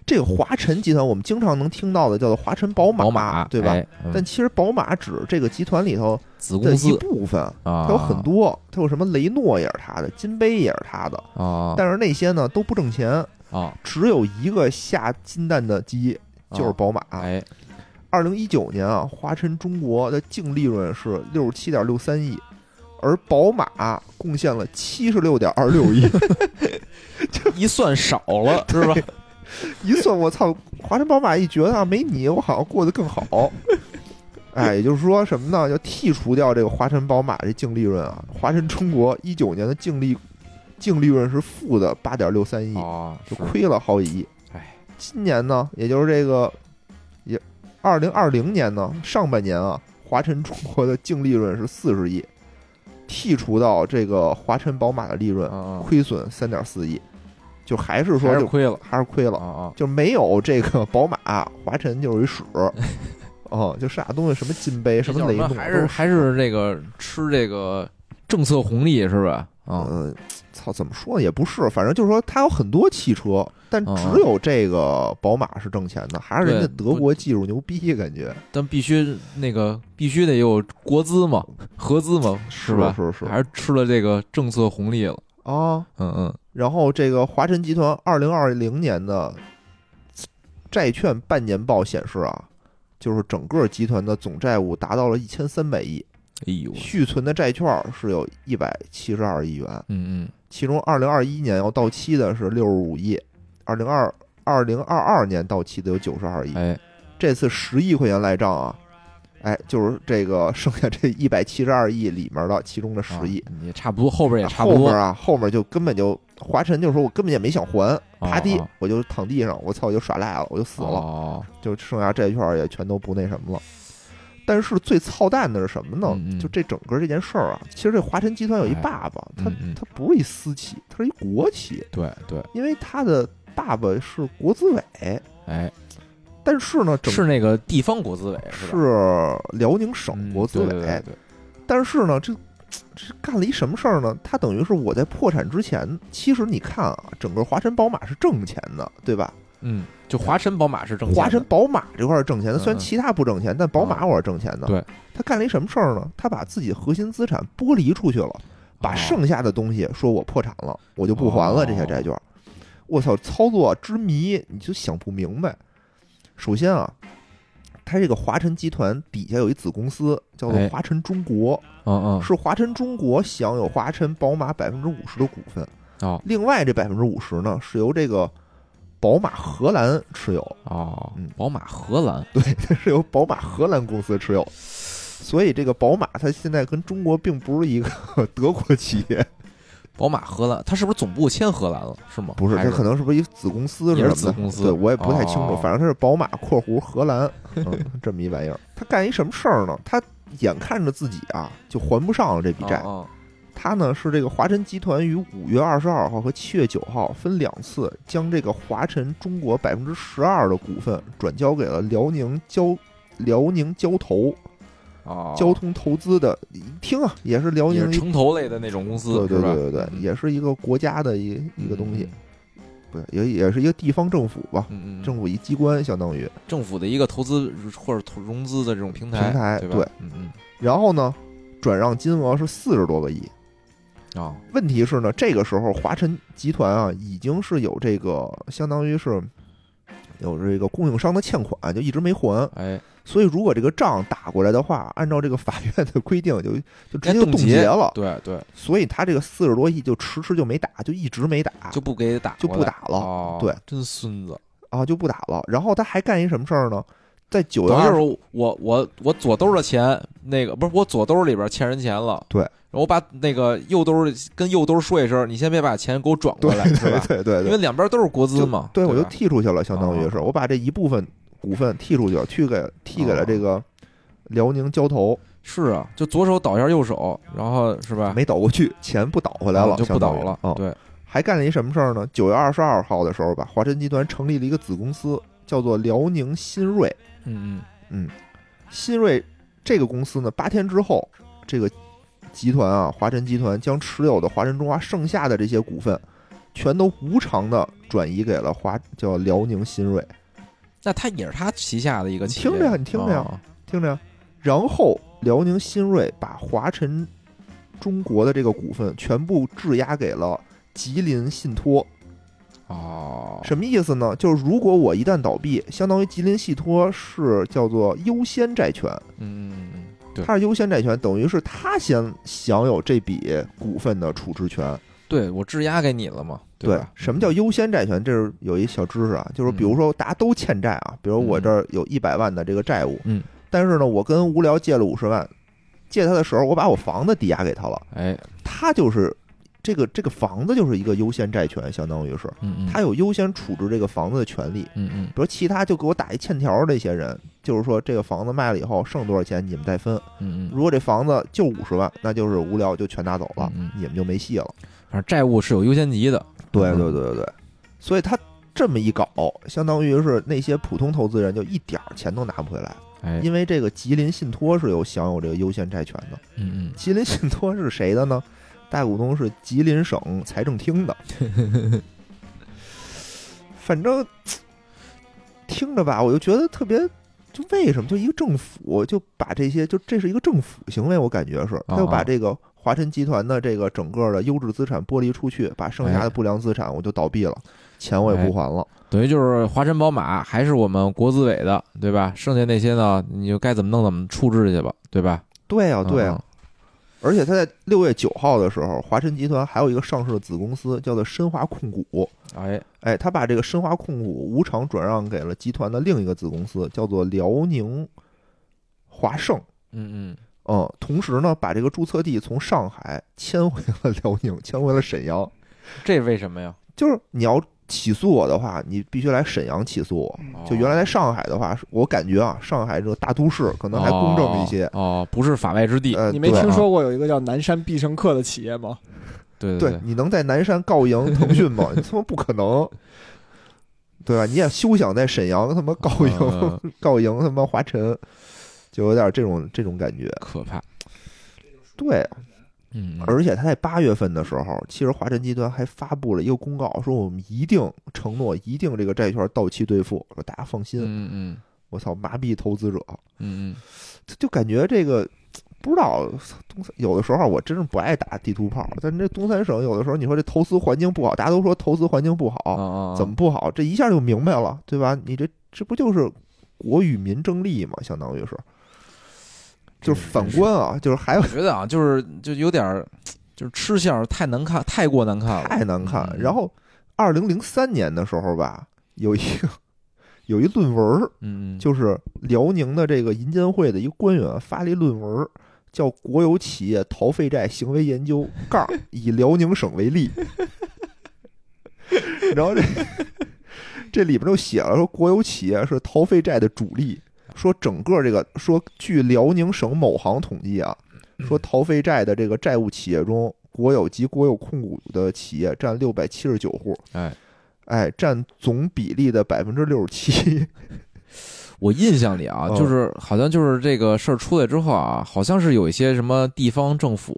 Speaker 1: 这个华晨集团，我们经常能听到的叫做华晨宝马，
Speaker 2: 宝马
Speaker 1: 对吧？
Speaker 2: 哎嗯
Speaker 1: 但其实宝马指这个集团里头
Speaker 2: 子
Speaker 1: 的
Speaker 2: 公
Speaker 1: 一
Speaker 2: 司
Speaker 1: 部分，
Speaker 2: 啊，
Speaker 1: 它有很多，它有什么雷诺也是它的，金杯也是它的，
Speaker 2: 啊
Speaker 1: 但是那些呢都不挣钱，
Speaker 2: 啊，
Speaker 1: 只有一个下金蛋的鸡，就是啊宝马。
Speaker 2: 哎
Speaker 1: 二零一九年啊，华晨中国的净利润是六十七点六三亿，而宝马贡献了七十六点二六亿。
Speaker 2: 一算少 了是吧？
Speaker 1: 一算，我操，华晨宝马一觉得啊，没你，我好像过得更 好。哎，也就是说什么呢？要剔除掉这个华晨宝马这净利润啊，华晨中国一九年的净利净利润是负的八点六三亿，
Speaker 2: 啊，
Speaker 1: 就是亏了好几亿。
Speaker 2: 哎，
Speaker 1: 今年呢，也就是这个也二零二零年呢上半年啊，华晨中国的净利润是四十亿，剔除到这个华晨宝马的利润，
Speaker 2: 啊
Speaker 1: 亏损三点四亿，就还是说
Speaker 2: 嗯还是
Speaker 1: 就
Speaker 2: 亏了
Speaker 1: 还是亏了
Speaker 2: 啊。啊
Speaker 1: 就没有这个宝马、华晨就是一屎， 哦，就啥东西什么金杯什么雷诺，
Speaker 2: 还是还是这个吃这个政策红利是吧？啊，
Speaker 1: 嗯，操，怎么说呢也不是，反正就是说它有很多汽车，但
Speaker 2: 嗯
Speaker 1: 只有这个宝马是挣钱的，还是人家
Speaker 2: 对
Speaker 1: 德国技术牛逼，感觉
Speaker 2: 但必须那个必须得有国资嘛，合资嘛，
Speaker 1: 是
Speaker 2: 吧？
Speaker 1: 是是
Speaker 2: 还是吃了这个政策红利了，
Speaker 1: 啊。
Speaker 2: 嗯嗯，
Speaker 1: 然后这个华晨集团二零二零年的债券半年报显示啊，就是整个集团的总债务达到了一千三百亿，
Speaker 2: 哎呦，
Speaker 1: 续存的债券是有一百七十二亿元。
Speaker 2: 嗯嗯，
Speaker 1: 其中二零二一年要到期的是六十五亿，二零二二零二二年到期的有九十二亿。
Speaker 2: 哎，
Speaker 1: 这次十亿块钱赖账啊，哎，就是这个 剩下这一百七十二亿里面的其中的十亿，
Speaker 2: 啊啊也差不多，后边也差不
Speaker 1: 后面
Speaker 2: 多，
Speaker 1: 啊，后面就根本就华晨就说我根本也没想还，
Speaker 2: 哦
Speaker 1: 啪地
Speaker 2: 哦
Speaker 1: 我就躺地上，我操，我就耍赖了，我就死了，
Speaker 2: 哦，
Speaker 1: 就剩下债券也全都不那什么了。但是最操蛋的是什么呢？
Speaker 2: 嗯嗯
Speaker 1: 就这整个这件事儿啊，其实这华晨集团有一
Speaker 2: 哎
Speaker 1: 爸爸，他
Speaker 2: 嗯嗯
Speaker 1: 他不是一私企，他是一国企，
Speaker 2: 对对，
Speaker 1: 因为他的爸爸是国资委，
Speaker 2: 哎，
Speaker 1: 但是呢，整
Speaker 2: 是那个地方国资委吧？
Speaker 1: 是辽宁省
Speaker 2: 嗯
Speaker 1: 国资委，哎
Speaker 2: 对对对对
Speaker 1: 但是呢，这这干了一什么事儿呢？他等于是我在破产之前，其实你看啊，整个华晨宝马是挣钱的，对吧？
Speaker 2: 嗯，
Speaker 4: 就华晨宝马是挣钱的
Speaker 1: 华晨宝马这块是挣钱的，
Speaker 2: 嗯
Speaker 1: 虽然其他不挣钱，但宝马我是挣钱的。
Speaker 2: 对，
Speaker 1: 他干了一什么事儿呢？他把自己核心资产剥离出去了，把
Speaker 2: 哦
Speaker 1: 剩下的东西说我破产了，我就不还了
Speaker 2: 哦
Speaker 1: 这些债券。我操，操作之迷，你就想不明白。首先啊，他这个华晨集团底下有一子公司叫做
Speaker 2: 哎
Speaker 1: 华晨中国，
Speaker 2: 嗯嗯
Speaker 1: 是华晨中国享有华晨宝马百分之五十的股份，
Speaker 2: 哦
Speaker 1: 另外这百分之五十呢是由这个宝马荷兰持有，
Speaker 2: 哦
Speaker 1: 嗯，
Speaker 2: 宝马荷兰
Speaker 1: 是由宝马荷兰公司持有，所以这个宝马它现在跟中国并不是一个 德国企业，
Speaker 2: 宝马荷兰，它是不是总部迁荷兰了？是吗？
Speaker 1: 不是，
Speaker 2: 还
Speaker 1: 它可能是不是一个子公司什
Speaker 2: 也是
Speaker 1: 么
Speaker 2: 子
Speaker 1: 的？
Speaker 2: 公司
Speaker 1: 对我也不太清楚，
Speaker 2: 哦
Speaker 1: 反正它是宝马（括弧荷 兰）嗯这么一玩意儿。他干一什么事儿呢？他眼看着自己啊就还不上了这笔债，
Speaker 2: 哦哦
Speaker 1: 他呢是这个华晨集团于五月二十二号和七月九号分两次将这个华晨中国百分之十二的股份转交给了辽宁交辽宁交投
Speaker 2: 哦，
Speaker 1: 交通投资的，一听啊也是辽
Speaker 2: 也
Speaker 1: 宁
Speaker 2: 是
Speaker 1: 一
Speaker 2: 城投类的那种公司，
Speaker 1: 对对
Speaker 2: 是吧
Speaker 1: 对对对，
Speaker 2: 嗯
Speaker 1: 也是一个国家的一一个东西，
Speaker 2: 嗯
Speaker 1: 不是也也是一个地方政府吧，
Speaker 2: 嗯嗯，嗯
Speaker 1: 政府一机关相当于。
Speaker 2: 政府的一个投资或者投融资的这种平台，
Speaker 1: 平台
Speaker 2: 对吧？
Speaker 1: 对
Speaker 2: 嗯嗯，
Speaker 1: 然后呢，转让金额是四十多个亿，
Speaker 2: 哦，
Speaker 1: 问题是呢，这个时候华晨集团啊，已经是有这个相当于是有这个供应商的欠款，就一直没还。
Speaker 2: 哎，
Speaker 1: 所以如果这个账打过来的话，按照这个法院的规定 就，就直接
Speaker 2: 该
Speaker 1: 就
Speaker 2: 冻
Speaker 1: 冻结了。
Speaker 2: 对对，
Speaker 1: 所以他这个四十多亿就迟迟就没打，就一直没打，
Speaker 2: 就不给打
Speaker 1: 就
Speaker 2: 过
Speaker 1: 不
Speaker 2: 来
Speaker 1: 打了
Speaker 2: 哦
Speaker 1: 对，
Speaker 2: 真孙子。
Speaker 1: 啊就不打了。然后他还干一什么事儿呢？在九月
Speaker 2: 等于
Speaker 1: 二
Speaker 2: 就
Speaker 1: 十，
Speaker 2: 是我我我左兜的钱，那个不是我左兜里边欠人钱了，
Speaker 1: 对
Speaker 2: 然后我把那个右兜跟右兜说一声，你先别把钱给我转过来，是吧？
Speaker 1: 对对
Speaker 2: 因为
Speaker 1: 对，
Speaker 2: 两边都是国资
Speaker 1: 就
Speaker 2: 嘛，
Speaker 1: 对我就
Speaker 2: 吧
Speaker 1: 剔出去了，相当
Speaker 2: 啊
Speaker 1: 于是我把这一部分股份剔出去了，去给剔
Speaker 2: 啊
Speaker 1: 给了这个辽宁交投。
Speaker 2: 是啊，就左手倒一下右手，然后是吧？
Speaker 1: 没倒过去，钱不倒回来了，
Speaker 2: 啊就不倒
Speaker 1: 相当于
Speaker 2: 了
Speaker 1: 啊。，
Speaker 2: 对，
Speaker 1: 还干了一什么事儿呢？九月二十二号的时候吧，华晨集团成立了一个子公司，叫做辽宁新锐。
Speaker 2: 嗯
Speaker 1: 新锐这个公司呢，八天之后，这个集团啊，华晨集团将持有的华晨中华剩下的这些股份，全都无偿的转移给了华叫辽宁新锐。
Speaker 2: 嗯，那他也是他旗下的一个企业，
Speaker 1: 听着呀你听着呀
Speaker 2: 哦
Speaker 1: 听着呀，然后辽宁新锐把华晨中国的这个股份全部质押给了吉林信托。
Speaker 2: 哦，
Speaker 1: 什么意思呢？就是如果我一旦倒闭，相当于吉林信托是叫做优先债权，
Speaker 2: 嗯嗯嗯嗯，对
Speaker 1: 它是优先债权，等于是他先享有这笔股份的处置权。
Speaker 2: 对，我质押给你了嘛，吧？嗯
Speaker 1: 什么叫优先债权？这是有一小知识啊，就是比如说大家都欠债啊，比如我这儿有一百万的这个债务，
Speaker 2: 嗯，
Speaker 1: 但是呢，我跟无聊借了五十万，借他的时候，我把我房子抵押给他了，
Speaker 2: 哎，
Speaker 1: 他就是这个这个房子就是一个优先债权，相当于是
Speaker 2: 嗯嗯，
Speaker 1: 他有优先处置这个房子的权利。
Speaker 2: 嗯嗯
Speaker 1: 比如其他就给我打一欠条儿，这些人就是说这个房子卖了以后剩多少钱你们再分。
Speaker 2: 嗯嗯，
Speaker 1: 如果这房子就五十万，那就是无聊就全拿走了，
Speaker 2: 嗯嗯
Speaker 1: 你们就没戏了。
Speaker 2: 反正债务是有优先级的，
Speaker 1: 对
Speaker 2: 嗯
Speaker 1: 对对对对，所以他这么一搞，相当于是那些普通投资人就一点儿钱都拿不回来，
Speaker 2: 哎，
Speaker 1: 因为这个吉林信托是有享有这个优先债权的。
Speaker 2: 嗯嗯，
Speaker 1: 吉林信托是谁的呢？大股东是吉林省财政厅 的。反正听着吧，我就觉得特别，就为什么就一个政府就把这些，就这是一个政府行为，我感觉是，他就把这个华晨集团的这个整个的优质资产剥离出去，把剩下
Speaker 2: 哎
Speaker 1: 的不良资产我就倒闭了，钱我也不还了。
Speaker 2: 等于就是华晨宝马还是我们国资委的，对吧？剩下那些呢，你就该怎么弄怎么处置去吧，对吧？
Speaker 1: 对啊，对啊。
Speaker 2: 嗯，
Speaker 1: 而且他在六月九号的时候，华晨集团还有一个上市的子公司叫做申华控股，
Speaker 2: 嗯哎，
Speaker 1: 哎，他把这个申华控股无偿转让给了集团的另一个子公司，叫做辽宁华盛。
Speaker 2: 嗯嗯，
Speaker 1: 嗯，同时呢，把这个注册地从上海迁回了辽宁，迁回了沈阳。
Speaker 4: 这为什么呀？
Speaker 1: 就是你要起诉我的话，你必须来沈阳起诉我。嗯就
Speaker 2: 哦
Speaker 1: 原来在上海的话，是我感觉啊，上海这个大都市可能还公正一些。
Speaker 2: 哦，哦不是法外之地。
Speaker 1: 呃，
Speaker 3: 你没
Speaker 1: 对
Speaker 3: 听说过有一个叫南山必胜客的企业吗？
Speaker 2: 对
Speaker 1: 对，你能在南山告赢腾讯吗？你他妈不可能，对吧？你也休想在沈阳他妈告赢、
Speaker 2: 呃
Speaker 1: 告赢他妈华晨，就有点这种这种感觉。
Speaker 2: 可怕。
Speaker 1: 对，
Speaker 2: 嗯，
Speaker 1: 而且他在八月份的时候，其实华晨集团还发布了一个公告，说我们一定承诺，一定这个债券到期兑付，说大家放心。
Speaker 2: 嗯嗯
Speaker 1: 我操，麻痹投资者，
Speaker 2: 嗯嗯，
Speaker 1: 就就感觉这个不知道东三有的时候啊我真是不爱打地图炮，但这东三省有的时候你说这投资环境不好，大家都说投资环境不好，
Speaker 2: 哦
Speaker 1: 怎么不好？这一下就明白了，对吧？你这这不就是国与民争利嘛，相当于是，就是反观啊，就是还 有
Speaker 2: 我觉得啊，就是就有点儿，就是吃相太难看，太过难看了，
Speaker 1: 太难看。
Speaker 2: 嗯
Speaker 1: 然，后二零零三年的时候吧，有一个有一论文儿，
Speaker 2: 嗯，嗯
Speaker 1: 就是辽宁的这个银监会的一个官员发了一论文儿。叫《国有企业逃废债行为研究》，杠儿以辽宁省为 例，然后这这里边就写了说，国有企业是逃废债的主力。说整个这个说，据辽宁省某行统计啊，说逃废债的这个债务企业中，国有及国有控股的企业占六百七十九户，
Speaker 2: 哎
Speaker 1: 哎，占总比例的百分之六十七。
Speaker 2: 我印象里啊，
Speaker 1: 嗯
Speaker 2: 就是好像就是这个事儿出来之后啊，好像是有一些什么地方政府，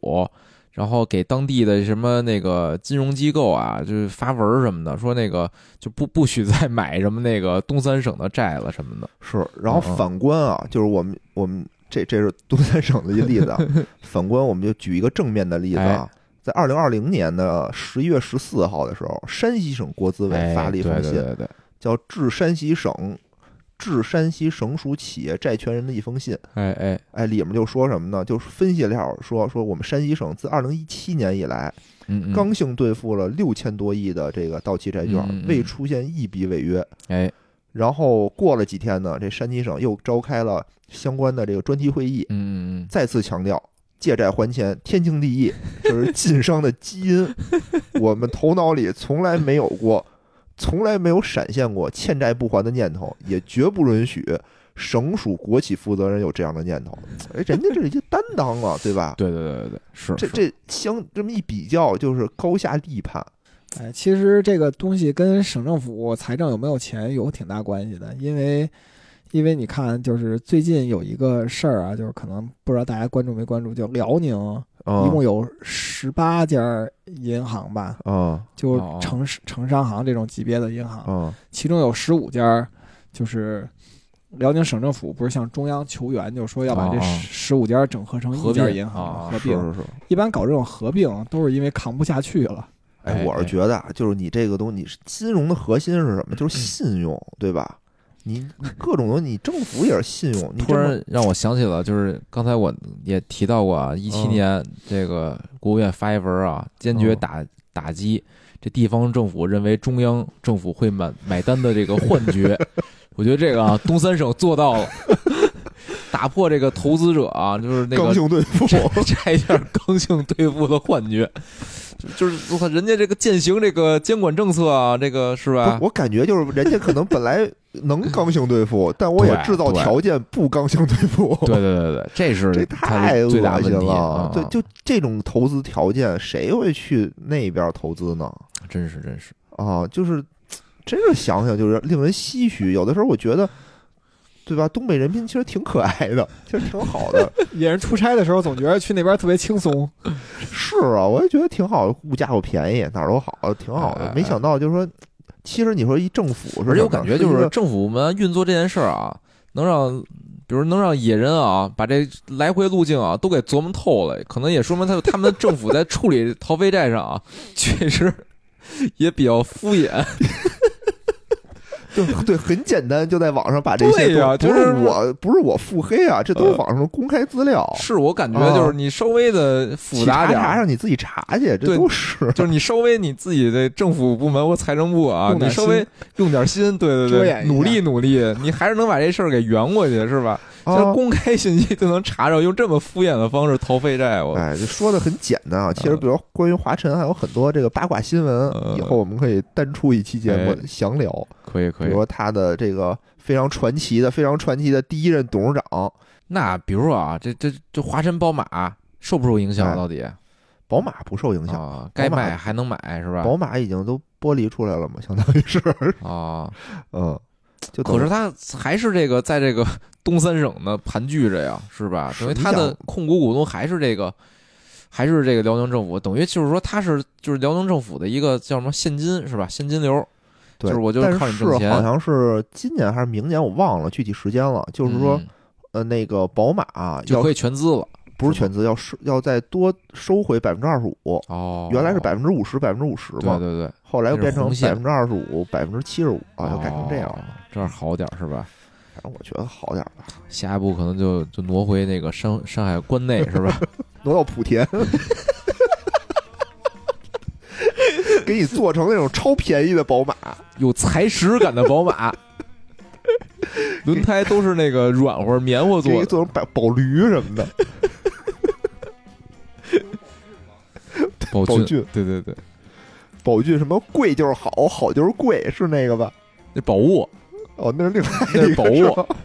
Speaker 2: 然后给当地的什么那个金融机构啊，就是发文儿什么的，说那个就不不许再买什么那个东三省的债了什么的。
Speaker 1: 是，然后
Speaker 2: 嗯嗯
Speaker 1: 反观啊，就是我们我们这这是东三省的一例子， 啊，反观我们就举一个正面的例子啊，
Speaker 2: 哎
Speaker 1: 在二零二零年的十一月十四号的时候，山西省国资委发了一
Speaker 2: 哎
Speaker 1: 封
Speaker 2: 对
Speaker 1: 信，
Speaker 2: 对对对，
Speaker 1: 叫《致山西省致山西省属企业债权人的一封信》。
Speaker 2: 哎哎，
Speaker 1: 哎，里面就说什么呢？就是分析了一下说说我们山西省自二零一七年以来，
Speaker 2: 嗯嗯，
Speaker 1: 刚性兑付了六千多亿的这个到期债券，
Speaker 2: 嗯嗯嗯
Speaker 1: 未出现一笔违约。
Speaker 2: 哎，
Speaker 1: 然后过了几天呢，这山西省又召开了相关的这个专题会议，
Speaker 2: 嗯嗯
Speaker 1: 再次强调借债还钱天经地义， 这是晋商的基因。我们头脑里从来没有过，从来没有闪现过欠债不还的念头，也绝不允许省属国企负责人有这样的念头。哎，人家这是一个担当 啊，对吧
Speaker 2: 嗯，？对对对对对，是
Speaker 1: 这
Speaker 2: 是
Speaker 1: 这相这么一比较，就是高下立判。
Speaker 3: 哎，其实这个东西跟省政府财政有没有钱有挺大关系的，因为因为你看，就是最近有一个事儿啊，就是可能不知道大家关注没关注，就辽宁
Speaker 2: 哦
Speaker 3: 一共
Speaker 1: 嗯
Speaker 3: 有十八家银行吧，
Speaker 1: 嗯
Speaker 3: 就
Speaker 2: 哦哦哦
Speaker 3: 城市城商行这种级别的银行，
Speaker 1: 嗯
Speaker 3: 其中有十五家就是。辽宁省政府不是向中央求援，就说要把
Speaker 2: 哦
Speaker 3: 这
Speaker 2: 哦
Speaker 3: 十五家整合成
Speaker 2: 合
Speaker 3: 一家
Speaker 2: 并
Speaker 3: 银行
Speaker 2: 哦哦
Speaker 3: 合
Speaker 1: 是
Speaker 3: 并。
Speaker 1: 是是。
Speaker 3: 一般搞这种合并都是因为扛不下去了。
Speaker 1: 哎，
Speaker 2: 哎
Speaker 1: 我是
Speaker 2: 哎
Speaker 1: 觉得啊，就是你这个东西，金融的核心是什么？
Speaker 2: 嗯
Speaker 1: 就是信用，对吧？你你各种东西，你政府也是信用。你
Speaker 2: 突
Speaker 1: 这么
Speaker 2: 然让我想起了，就是刚才我也提到过啊，一
Speaker 1: 嗯
Speaker 2: 七年这个国务院发一文啊，坚决
Speaker 1: 嗯
Speaker 2: 打、打击这地方政府认为中央政府会买买单的这个幻觉。 我觉得这个啊，东三省做到了，打破这个投资者啊，就是那
Speaker 1: 刚
Speaker 2: 个
Speaker 1: 性兑付，
Speaker 2: 债券刚性兑付的幻觉，就就是我操，人家这个践行这个监管政策啊，这个是
Speaker 1: 不是
Speaker 2: 吧？
Speaker 1: 我感觉就是人家可能本来 能刚性兑付，但我也
Speaker 2: 对
Speaker 1: 制造
Speaker 2: 对
Speaker 1: 条件不刚性兑付。
Speaker 2: 对对对对，这是
Speaker 1: 这
Speaker 2: 它
Speaker 1: 太
Speaker 2: 的
Speaker 1: 恶
Speaker 2: 最大问
Speaker 1: 心
Speaker 2: 题
Speaker 1: 了
Speaker 2: 啊！！
Speaker 1: 对，就这种投资条件，谁会去那边投资呢？
Speaker 2: 真是真是。
Speaker 1: 啊，就是真是想想就是令人唏嘘。有的时候我觉得，对吧？东北人民其实挺可爱的，其实挺好的。
Speaker 3: 野人出差的时候，总觉得去那边特别轻松。
Speaker 1: 是啊，我也觉得挺好，物价又便宜，哪儿都好，挺好
Speaker 2: 哎哎
Speaker 1: 的。
Speaker 2: 哎
Speaker 1: 没想到就是说，其实你说一政府是什么，
Speaker 2: 而且我感觉就是
Speaker 1: 一
Speaker 2: 是
Speaker 1: 个
Speaker 2: 政府部门运作这件事儿啊，能让，比如能让野人啊，把这来回路径啊都给琢磨透了，可能也说明他他们的政府在处理逃废债上啊，确实也比较敷衍。
Speaker 1: 就 对，很简单，就在网上把这些
Speaker 2: 对呀
Speaker 1: 都不
Speaker 2: 就
Speaker 1: 是
Speaker 2: 是呃
Speaker 1: 我，不是我腹黑啊，这都是网上的公开资料，
Speaker 2: 是我感觉就是你稍微的复杂点
Speaker 1: 查查
Speaker 2: 儿，
Speaker 1: 让你自己查去，这
Speaker 2: 对
Speaker 1: 都是。
Speaker 2: 就是你稍微你自己的政府部门或财政部啊你
Speaker 3: 用，点
Speaker 2: 稍微
Speaker 3: 心
Speaker 2: 用点心，对
Speaker 3: 遮
Speaker 2: 对
Speaker 3: 掩
Speaker 2: 对，
Speaker 3: 一下
Speaker 2: 努力努力，你还是能把这事儿给圆过去，是吧？
Speaker 1: 啊哦
Speaker 2: 现在公开信息都能查着，用这么敷衍的方式逃废债，我
Speaker 1: 哎，就说的很简单啊。其实，比如关于华晨还有很多这个八卦新闻，
Speaker 2: 嗯
Speaker 1: 以后我们可以单出一期节目
Speaker 2: 哎
Speaker 1: 详聊。
Speaker 2: 可以
Speaker 1: 比
Speaker 2: 可
Speaker 1: 如
Speaker 2: 以。
Speaker 1: 说他的这个非常传奇的、非常传奇的第一任董事长，
Speaker 2: 那比如说啊，这这这华晨宝马受不受影响？
Speaker 1: 哎
Speaker 2: 到底
Speaker 1: 宝马不受影响，
Speaker 2: 啊，该
Speaker 1: 宝马
Speaker 2: 买还能买是吧？
Speaker 1: 宝马已经都剥离出来了嘛，相当于是，
Speaker 2: 啊，
Speaker 1: 嗯，就等
Speaker 2: 可
Speaker 1: 于
Speaker 2: 是他还是这个在这个 东三省呢盘踞着呀，是吧？
Speaker 1: 是
Speaker 2: 等于
Speaker 1: 你
Speaker 2: 他的
Speaker 1: 想
Speaker 2: 控股股东还是这个，还是这个辽宁政府，等于就是说他是就是辽宁政府的一个叫什么现金是吧？现金流，
Speaker 1: 对，
Speaker 2: 就是我就
Speaker 1: 但
Speaker 2: 靠你
Speaker 1: 是
Speaker 2: 挣钱
Speaker 1: 好像是今年还是明年，我忘了具体时间了。就是说，
Speaker 2: 嗯
Speaker 1: 呃，那个宝马啊
Speaker 2: 就
Speaker 1: 要
Speaker 2: 可以全资了
Speaker 1: 不是
Speaker 2: 是吗
Speaker 1: 全资，要是要再多收回百分之二十五，
Speaker 2: 哦。
Speaker 1: 原来是百分之五十、百分之五十
Speaker 2: 对
Speaker 1: 嘛，
Speaker 2: 对对，
Speaker 1: 后来又
Speaker 2: 那
Speaker 1: 变
Speaker 2: 是
Speaker 1: 成
Speaker 2: 红
Speaker 1: 百
Speaker 2: 线
Speaker 1: 分之二十五、百分之七十五啊，要改成这样
Speaker 2: 哦
Speaker 1: 了。，
Speaker 2: 这样好点儿是吧？
Speaker 1: 反正我觉得好点儿吧，
Speaker 2: 下一步可能就就挪回那个山山海关内是吧？
Speaker 1: 挪到莆田。 给你做成那种超便宜的宝马，
Speaker 2: 有踩屎感的 宝马，轮胎都是那个软和棉花
Speaker 1: 给
Speaker 2: 做
Speaker 1: 你
Speaker 2: 的。
Speaker 1: 做成宝宝驴什么的，
Speaker 2: 宝
Speaker 1: 宝骏
Speaker 2: 对对对，
Speaker 1: 宝骏什么贵就是好，好就是贵，是那个吧？
Speaker 2: 那宝沃，
Speaker 1: 哦，那是另外
Speaker 2: 那
Speaker 1: 一
Speaker 2: 是
Speaker 1: 个
Speaker 2: 宝
Speaker 1: 是
Speaker 2: 沃
Speaker 1: 吧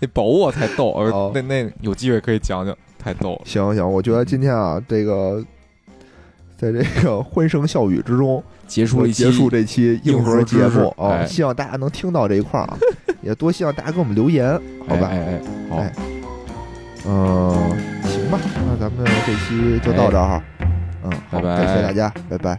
Speaker 2: 那宝沃太逗，呃
Speaker 1: 哦
Speaker 2: 那那有机会可以讲讲，太逗了。
Speaker 1: 行行，我觉得今天啊，这个 在这个欢声笑语之中，
Speaker 2: 结束
Speaker 1: 我
Speaker 2: 了一期
Speaker 1: 结束这期硬核节目
Speaker 2: 硬核知识
Speaker 1: 啊，
Speaker 2: 哎
Speaker 1: 希望大家能听到这一块儿啊，也多希望大家给我们留言，好吧？
Speaker 2: 哎哎哎，好
Speaker 1: 哎，嗯，行吧，那咱们这期就到这儿哈。嗯，好，
Speaker 2: 拜拜
Speaker 1: 感谢大家，拜拜。